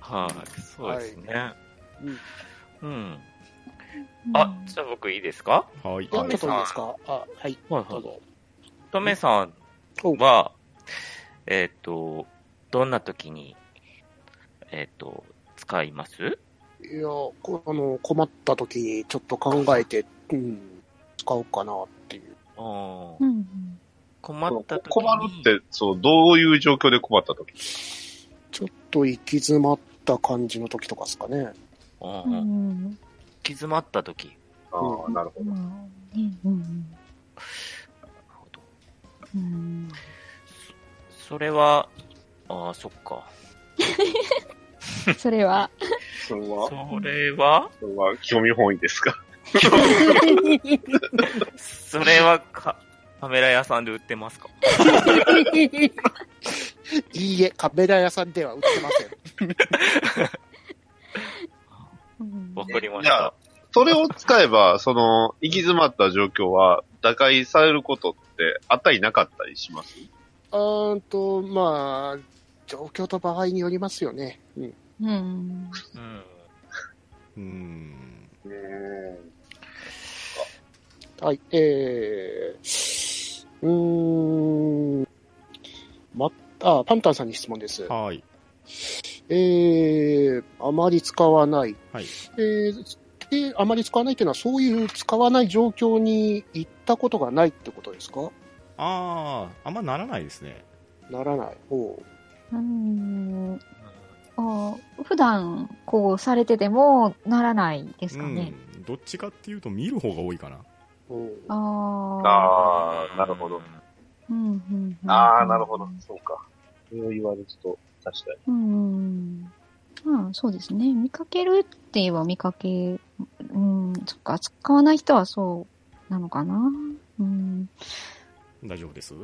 B: はい、そうですね。うん。あ
D: あ、、
B: じゃあ僕いいですか
A: はい。
E: あちょっといいですかあ、はい、
B: はい
E: どう。ぞ。
B: トメさん
E: お
B: は、えっ、と、どんな時に、えっ、と、使います
E: いや、こあの、困った時にちょっと考えて、うん、使おうかなっていう。
B: あー
D: うん、
B: 困った時に。
F: *laughs* 困るっ。て、そう、どういう状況で困った時
E: ちょっと行き詰まった感じの時とかですかね。
B: あ
D: う
B: ー行
D: ん、
B: き詰まった時。
F: ああ、なるほど。
D: まあ、ね、うん、うん。
B: それは、ああ、そっか。
D: *laughs* それは、
F: それは、
B: それは
F: それは興味本位ですか *laughs*
B: それはか、カメラ屋さんで売ってますか
E: いいえ、カメラ屋さんでは売ってません。 *laughs*
D: *laughs* うん
B: わかりまし
F: い
B: た
F: や。それを使えば、その、行き詰まった状況は、打開されることってあったりなかったりします
E: うーんと、まあ、状況と場合によりますよね。うん。
D: うん。
B: うん。
A: うん。
E: はい、えー、うーん、ま、あ、パンタンさんに質問です。
A: はい。
E: えー、あまり使わない。
A: はい。
E: えーで、あまり使わないというのは、そういう使わない状況に行ったことがないってことですか
A: ああ、あんまならないですね。
E: ならない。おう
D: うん。あ普段、こう、されてても、ならないですかね。
A: うん。どっちかっていうと、見る方が多いかな。
E: おう
D: ああ。
F: ああ、なるほど。
D: うんうんうん
F: ああ、なるほど。そうか。そう言われると、確かに。
D: うん。まあ、そうですね。見かけるって言えば見かけ、うん、そっか、使わない人はそうなのかな。うん。
A: 大丈夫です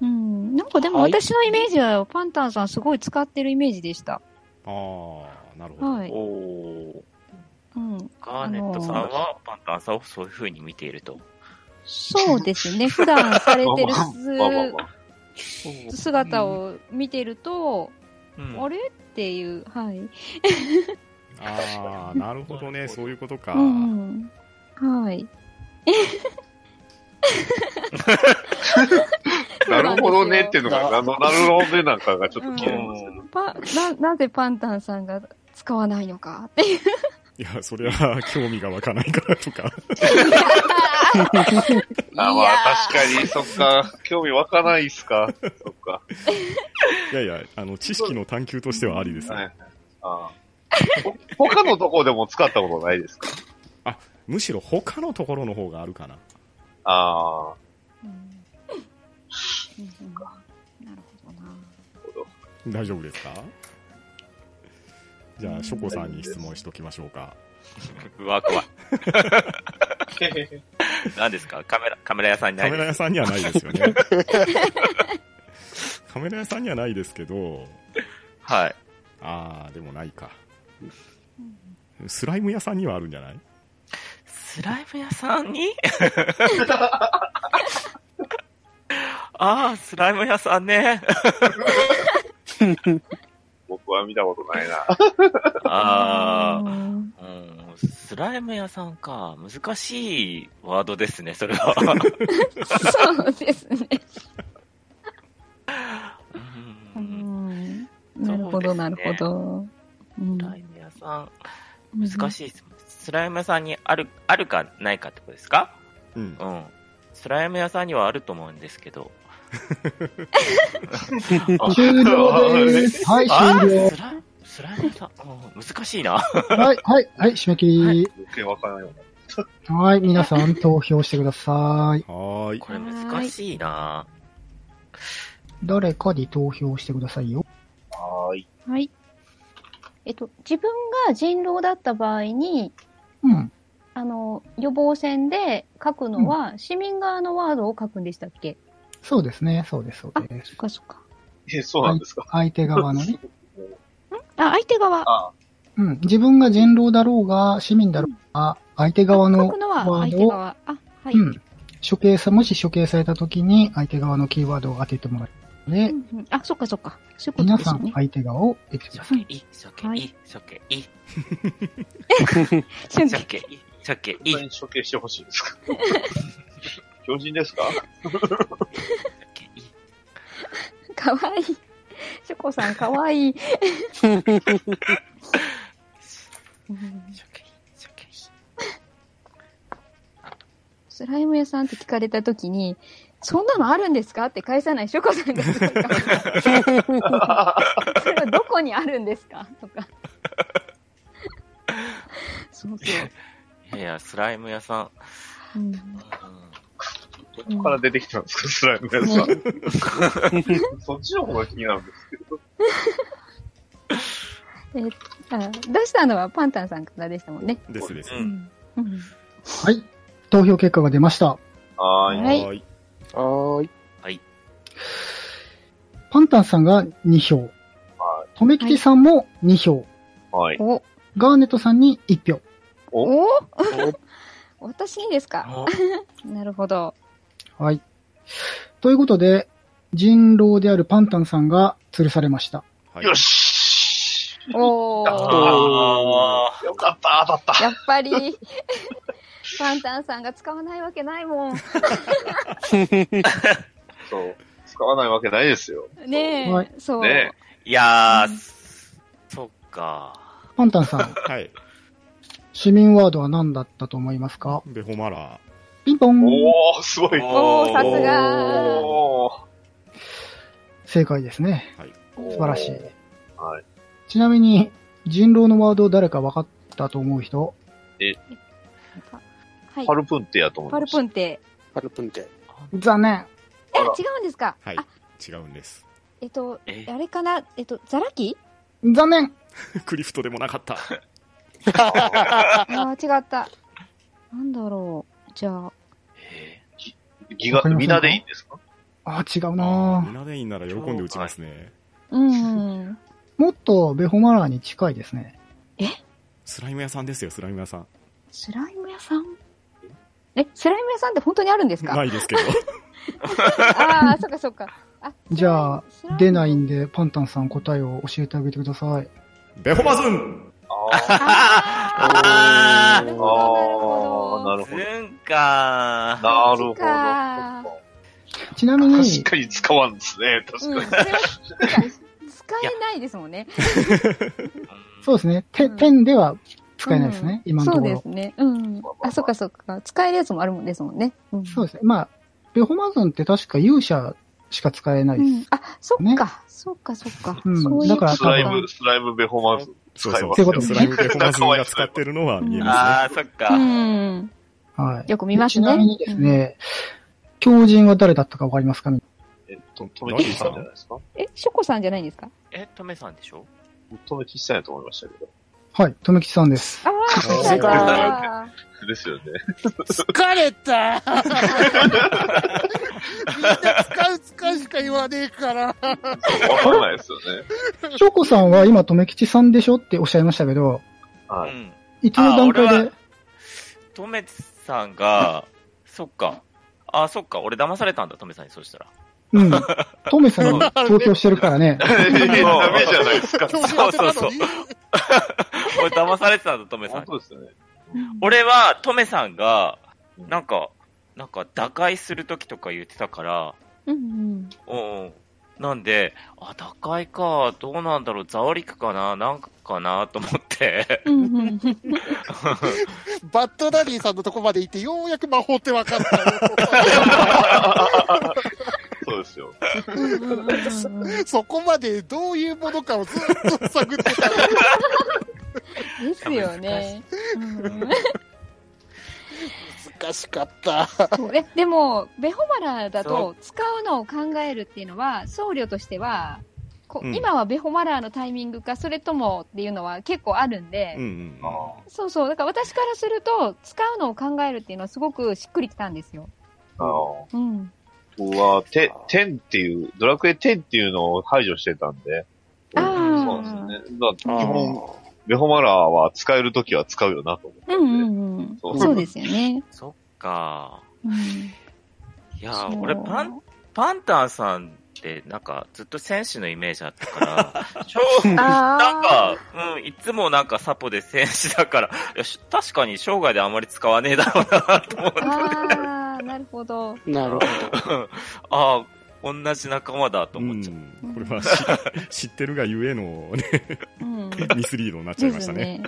D: うん。なんかでも
E: はい
D: 私のイメージは、パンタンさんすごい使ってるイメージでした。
A: ああ、なるほど。
D: はい。
B: おー。
D: うん。
B: ガーネットさんは、パンタンさんをそういう風に見ていると。
D: そうですね。普段されてる
F: まあまあまあ。
D: す姿を見てると、
B: うん
D: あれっていう、はい。
A: ああ、なるほどね。そういうことか。
D: うんうん。はい。
F: なるほどねっていうのが、
E: そ
F: なのなるほどねなんかがちょっと気になりますけど。
D: パな、なぜパンタンさんが使わないのかって。
A: いや、それは興味が湧かないからとか。
F: あま
D: いや
F: あ、確かに、そっか。興味湧かないっす *laughs* か。そっか。
A: いやいや、あの、知識の探求としてはありです
F: は
A: ね。
F: い。あーほ他のとこでも使ったことないですか
A: むしろ他のところの方があるかな。
F: ああ、
D: うんうんなるほどな。
A: 大丈夫ですかじゃあ、ショコさんに質問しときましょうか。
B: うわ、怖い。何ですかカメラ、カメラ屋さんにな
A: カ
B: い
A: メラ
B: で
A: 屋
B: す。
A: さんにはないですよね。カメラ屋さんにはないですけど、
B: はい。
A: ああ、でもないか。スライム屋さんにはあるんじゃない
B: スライム屋さん
F: *laughs*
B: に *laughs* ああ、スライム屋さんね。
F: 僕は見たことないな。
B: ああ。
D: あ。
B: うんスライム屋さんか。難しいワードですね、それは。
D: そうですね。
B: う
D: うんんなるほど、なるほど。うん
B: スライム屋さ
D: うん
B: ん、難しいです。スライム屋さんにある、あるかないかってことですか
A: うん。
B: うん。スライム屋さんにはあると思うんですけど。
C: 終了です。 *laughs* はい、
B: あ
C: 終了
B: ー。スライムスライム屋さん、うん難しいな。
C: はい、はい、はい、締め切り。
F: 余計わからないような。
C: はい、皆さん投票してください。
A: はーい。
B: これ難しいな。
C: 誰かに投票してくださいよ。
F: はーい。
D: はい。えっと、自分が人狼だった場合に、
C: うん。
D: あの、予防線で書くのは、市民側のワードを書くんでしたっけ
C: そうですね、そうです、そうで
D: そ
C: す
D: っ。かそっか。
F: え、そうなんですか
C: 相手側のね。
D: あ、相手側。
F: あ
C: うん。自分が人狼だろうが、市民だろうが、相手側の
D: 書くのは
C: ワ
D: 相
C: ー
D: 手
C: ドを、
D: 側。あ、はい。
C: うん。処刑さ、もし処刑された時に、相手側のキーワードを当ててもらえるので
D: う、んうんあ、そっかそっか。そういうこと
C: 皆
D: で
C: さん
D: すね。
C: 相手側を選び
B: シ
C: ま
B: ョケイ、ショケ
D: は
B: イ、
D: い
B: ショケイ、シ
D: 瞬
B: ョ
D: 間
B: ケイ、ショケイ、
F: 本
B: シ
F: 当に処刑してほしい *laughs* ですか強人ですか
B: ョケイ
D: かわいい。ショコさんかわいい。うん
B: ショケイ、ショケイ。
D: スライム屋さんって聞かれたときに、そんなのあるんですかって返さないショコさんがすごいかわいいそれはどこにあるんですかとか。そうそ
B: いやいや、スライム屋さん。
D: う。う
B: *laughs*
D: ん
B: う
F: どこから出てきたんですか、スライム屋さん。そっちの方が気になるんですけど。
D: あ出したのはパンタンさんからでしたもんね。
A: ですです。
B: うん
D: うん
C: す。はい。投票結果が出ました。
F: はーい。
D: はい
A: ーい。
E: はーい。
C: パンタンさんが2票
F: は。
C: とめきちさんも2票。
F: はい。
D: お、
C: ガーネットさんに1票。
D: お私にですか
B: ん。
D: なるほど。
C: はい。ということで、人狼であるパンタンさんが吊るされました。
A: はい
F: よし
D: おー。
B: あ
F: よかった、当たった。
D: やっぱり、パンタンさんが使わないわけないもん。
F: そう。使わないわけないですよ。
D: ねえ、
C: はい
D: そう。
F: ね
B: いやー、そっか。
C: パンタンさ
F: *laughs*
C: ん、
A: はい。
C: 市民ワードは何だったと思いますか
A: ベホマラ
C: ピンポン
F: おー、すごい。
D: おー、さすが。
F: おー。
C: 正解ですね。
F: 素
C: 素晴らしい。。
F: はい。
C: ちなみに、人狼のワード誰か分かったと思う人
D: はい
F: パ。ルプンテやと思い
D: パ
F: ま
D: ル
F: す。
D: プンテ。
E: パルプンテ。
C: 残念。
D: え、
F: あ
D: 違
F: ら
D: うんですか、
A: はい
D: あ、。
A: 違うんです。 *laughs*
D: えっと、
B: え
D: あれかなえっと、ザラキ
C: 残念
A: クリフトでもなかった。
D: ああー、違った。なんだろう。じゃあ、
B: え
F: ギガ、みなでいいんですか
C: あー、違う
A: あー
C: な
A: ミナデインなら喜んで打ちますね。
D: うん。
C: ーもっとベホマラーに近いですね。
A: スライム屋さんですよ、スライム屋さん。
D: スライム屋さんえ、スライム屋さんって本当にあるんです
A: な
D: か
A: いですけど。
D: ああ、そっかそっか。あ、
C: じゃあ
D: スライム
C: 出ないんで、パンタンさん答えを教えてあげてください。
A: ベホマズン
F: あ
B: あ
D: なる
F: ー
D: ほど、なる
F: あ
D: ほど。
F: ー、な
B: ー、
F: る
B: ず
F: ほど。
B: んかー。
F: *laughs* なる
D: そ
F: ほ
D: っか
F: ど。
C: ちなみに、
F: 確かに使わんですね。確
D: うん、そ
F: か
D: れはなんか使えないですもんね。
C: そうですね。て、
D: うん
C: 点では *laughs* 使えないですね、今のところ。
D: そうですね。うん。あ、そっかそっか。使えるやつもあるもんですもんね。うん、
C: そうですね。まあ、ベホマズンって確か勇者しか使えないです。
D: うんあ、そっか、
C: ね
D: そっかそっか。
C: うん
D: そういう
C: だから
F: に。
D: こ
F: ス
D: と
F: ライ
D: か
F: ム、スライムベホマーズ
A: そう
F: 使い
A: そう
F: ま
C: そ
F: す
C: う
A: ス
C: いうこと。ね
F: よ
A: ライムベホマズンが使ってるのは見えま
B: *laughs* あー、そっ
D: う
B: か。
D: ん。
C: はい。
D: よく見ます
C: ち
D: ね
C: なみにですね、狂人は誰だったかわかりますか
F: えっと、止めてさんじゃないですか
D: え、ショコさんじゃないんですか
B: え、トメさんでしょ
F: 止めきしたいなと思いましたけど。
C: はい、とめきちさんです。
D: ああ、よかった。
F: ですよね。
E: 疲れ *laughs* たみんな使う使うしか言わね
A: *laughs*
E: えから。
F: わからないですよね。
C: ショコさんは今、とめきちさんでしょっておっしゃいましたけど、
B: う
F: *laughs* はい。
B: ん。
C: いつの段階
B: あ俺
C: で
B: は、とめさんが、そっか。あ、そっか。俺騙されたんだ、とめさんに、そうしたら。
C: うん、とめさ *laughs* んが投票してるからね。
F: いやダメじゃないですか。
E: 今日当てたのに。
B: 俺騙されてたんだ、とめさ
F: *laughs* 本
B: んに。
F: 当ですよね。
B: 俺は、とめさんが、なんか、なんか、打開するときとか言ってたから、
D: うんうん。
B: うんうん。なんで、あ、打開か、どうなんだろう、ザオリクかな、なんかかな、と思って。 *laughs*
D: うんうん。
E: バッドダディさんのとこまで行って、ようやく魔法って分かった
F: そうですよ。 *laughs*
E: よ。そこまでどういうものかをずっと探ってた。
D: ですよね。うん
E: 難しかった。
D: そうえでも、ベホマラだと使うのを考えるっていうのは、僧侶としては、こ
A: うん
D: 今はベホマラーのタイミングか、それともっていうのは結構あるんで、
A: うんうん。
D: そうそう、だから私からすると、使うのを考えるっていうのはすごくしっくりきたんですよ。
F: あの、
D: うん。
F: 僕は、て、天っていう、ドラクエ10っていうのを排除してたんで。
D: あー
F: そうなんですね。だから
A: あ
F: 基本、ベホマラーは使えるときは使うよなと思って。
D: うんうんうん。
F: そう
D: そうですよね。
B: そっか。
D: うん
B: いや
D: そ
B: ー、
D: う
B: 俺、パン、パンタンさんって、なんか、ずっと選手のイメージあった
D: *laughs*
B: から、しょうなん
D: あ
B: か、うん、いつもなんかサポで選手だから、 *laughs* いやし確かに生涯であんまり使わねえだろうな、 *laughs* と思って
D: ー。あー、なるほど。
E: なるほど。
B: ああ、同じ仲間だと
A: う
B: 思っちゃう。
A: ん、これはし *laughs* 知ってるがゆえの、ね、
D: うん。
A: ミスリードになっちゃ
D: で
A: い
D: す
A: ました
D: よ
A: ね。
D: ね。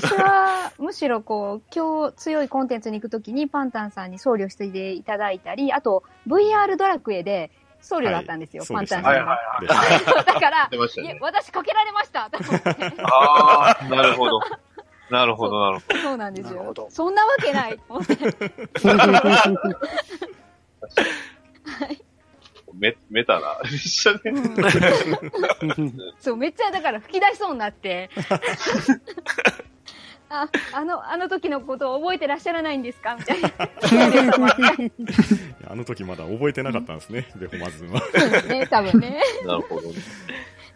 D: 私は、むしろこう、今日強いコンテンツに行くときに、パンタンさんに僧侶していただいたり、あと、VR ドラクエで僧侶だったんですよ、
A: はいそう
D: パン
A: でした
D: タ
A: ね
D: ンさんが。
A: で
D: そうだ
F: *laughs*
D: から、
F: 出ました
D: いや
F: ね。
D: 私かけられましたと思って
F: *laughs* ああ、なるほど。なるほど、なるほ
D: そうなんです
E: なるほ
D: よ
E: ど。
D: そんなわけないと思って。
F: ど。め、めたな。でしたね。
D: そう、めっちゃだから吹き出しそうになって。 *laughs* あ、あの、あの時のことを覚えてらっしゃらないんですかみたいな。
A: いやあの時まだ覚えてなかったんですね、ベホマズンは。
D: そうですね、多分ね。
F: なるほどね。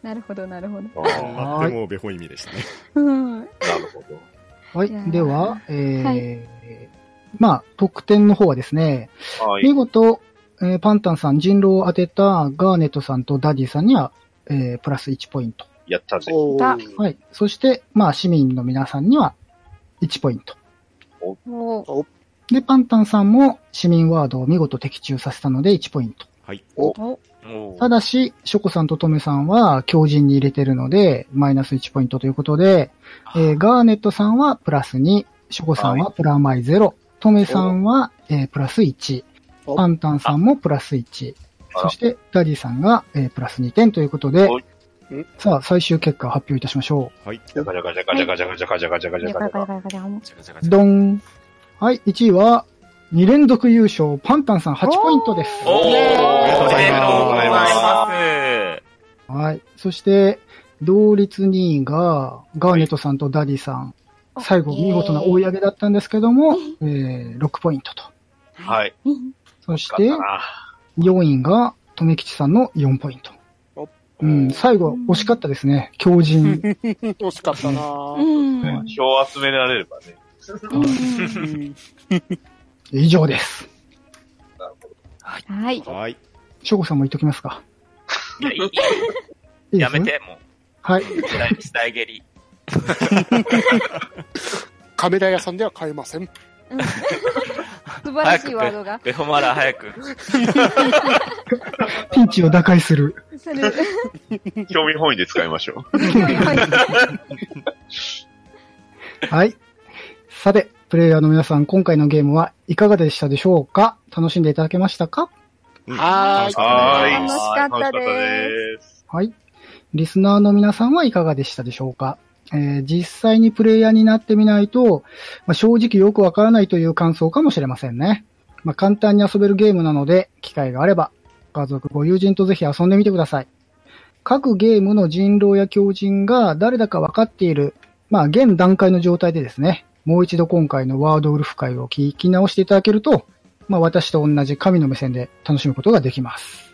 D: なるほど、なるほど。
F: あー
A: あってもベホ意味でしたね。
D: うん。
F: なるほど。
C: はい
D: や、ー
C: では、えー
D: は
C: まあ、得点の方はですね、
F: はい。
C: 見事、えーパンタンさん、人狼を当てたガーネットさんとダディさんには、えープラス1ポイント。
F: やったぜ。
E: お
D: *laughs*
E: ー
C: はい。そして、まあ、市民の皆さんには1ポイント。
D: もう、
C: で、パンタンさんも市民ワードを見事的中させたので1ポイント。
A: はい。
D: お
B: お
C: た
B: ー
C: だし、ショコさんとトメさんは強靭に入れてるので、マイナス1ポイントということで、えーガーネットさんはプラス2、ショコさんはプラマイ0、トメさんは、えープラス1、
E: お
C: パンタンさんもプラス1、
F: あ
C: そしてダディさんが、えープラス2点ということで
F: おい、
C: さあ、最終結果を発表いたしましょ
A: はい。
F: ガチャガチャガチャガチャガチャガチャガチャガチャガチャガチャ。
D: かり
B: ガチャガチャガ
C: う。
B: チャ
C: ドン。はい、1位は、2連続優勝、パンタンさん8ポイントです。
B: おーお
F: イエーイ
B: めでとうございます。
C: はい。そして、同率2位が、ガーネットさんとダディさん。最後、見事な追い上げだったんですけども、えー、6ポイントと。
F: はい。
C: そし
F: 勝
C: て
F: った、な
C: 4位が、とめきちさんの4ポイント
E: お。
C: うん、最後、惜しかったですね。強靭。
E: 惜しかったな
D: う
E: ぁ。
D: ん。
F: ね票集められればね。
C: 以上です。
D: *laughs* はい。
A: はい。
C: しょうこさんも言っときますか。
B: いやいい
C: いいで
B: や
C: すね
B: め。て、も
C: はい。
B: う。下い下い蹴り。 *laughs*
E: カメラ屋さんでは買えません。
D: 素晴らしいワードが。
B: ベホマラ早く。
C: ピンチを打開する。
D: それ、 *laughs*
F: 興味本位で使いましょ
C: はい。さて、プレイヤーの皆さん、今回のゲームはいかがでしたでしょうか楽しんでいただけましたか
E: はーい。
F: う。はーい。
D: 楽しかった
F: 楽しか。
D: です
C: はい。リスナーの皆さんはいかがでしたでしょうか、えー実際にプレイヤーになってみないと、まあ、正直よくわからないという感想かもしれませんね。まあ、簡単に遊べるゲームなので、機会があれば、ご家族、ご友人とぜひ遊んでみてください。各ゲームの人狼や狂人が誰だか分かっている、まあ、現段階の状態でですね、もう一度今回のワードウルフ会を聞き直していただけると、まあ、私と同じ神の目線で楽しむことができます。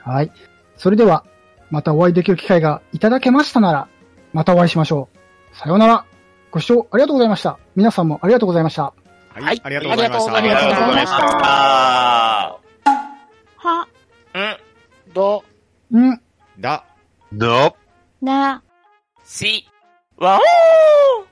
C: はい。それでは、またお会いできる機会がいただけましたなら、またお会いしましょう。さようなら。ご視聴ありがとうございました。皆さんもありがとうございました。
A: はい、
G: はい
A: ありがとうございました。
G: ありがとうございました
B: あ
G: は、
B: ーん
E: ど、
C: うん。
A: だ。
F: な
D: な、
B: し、わおー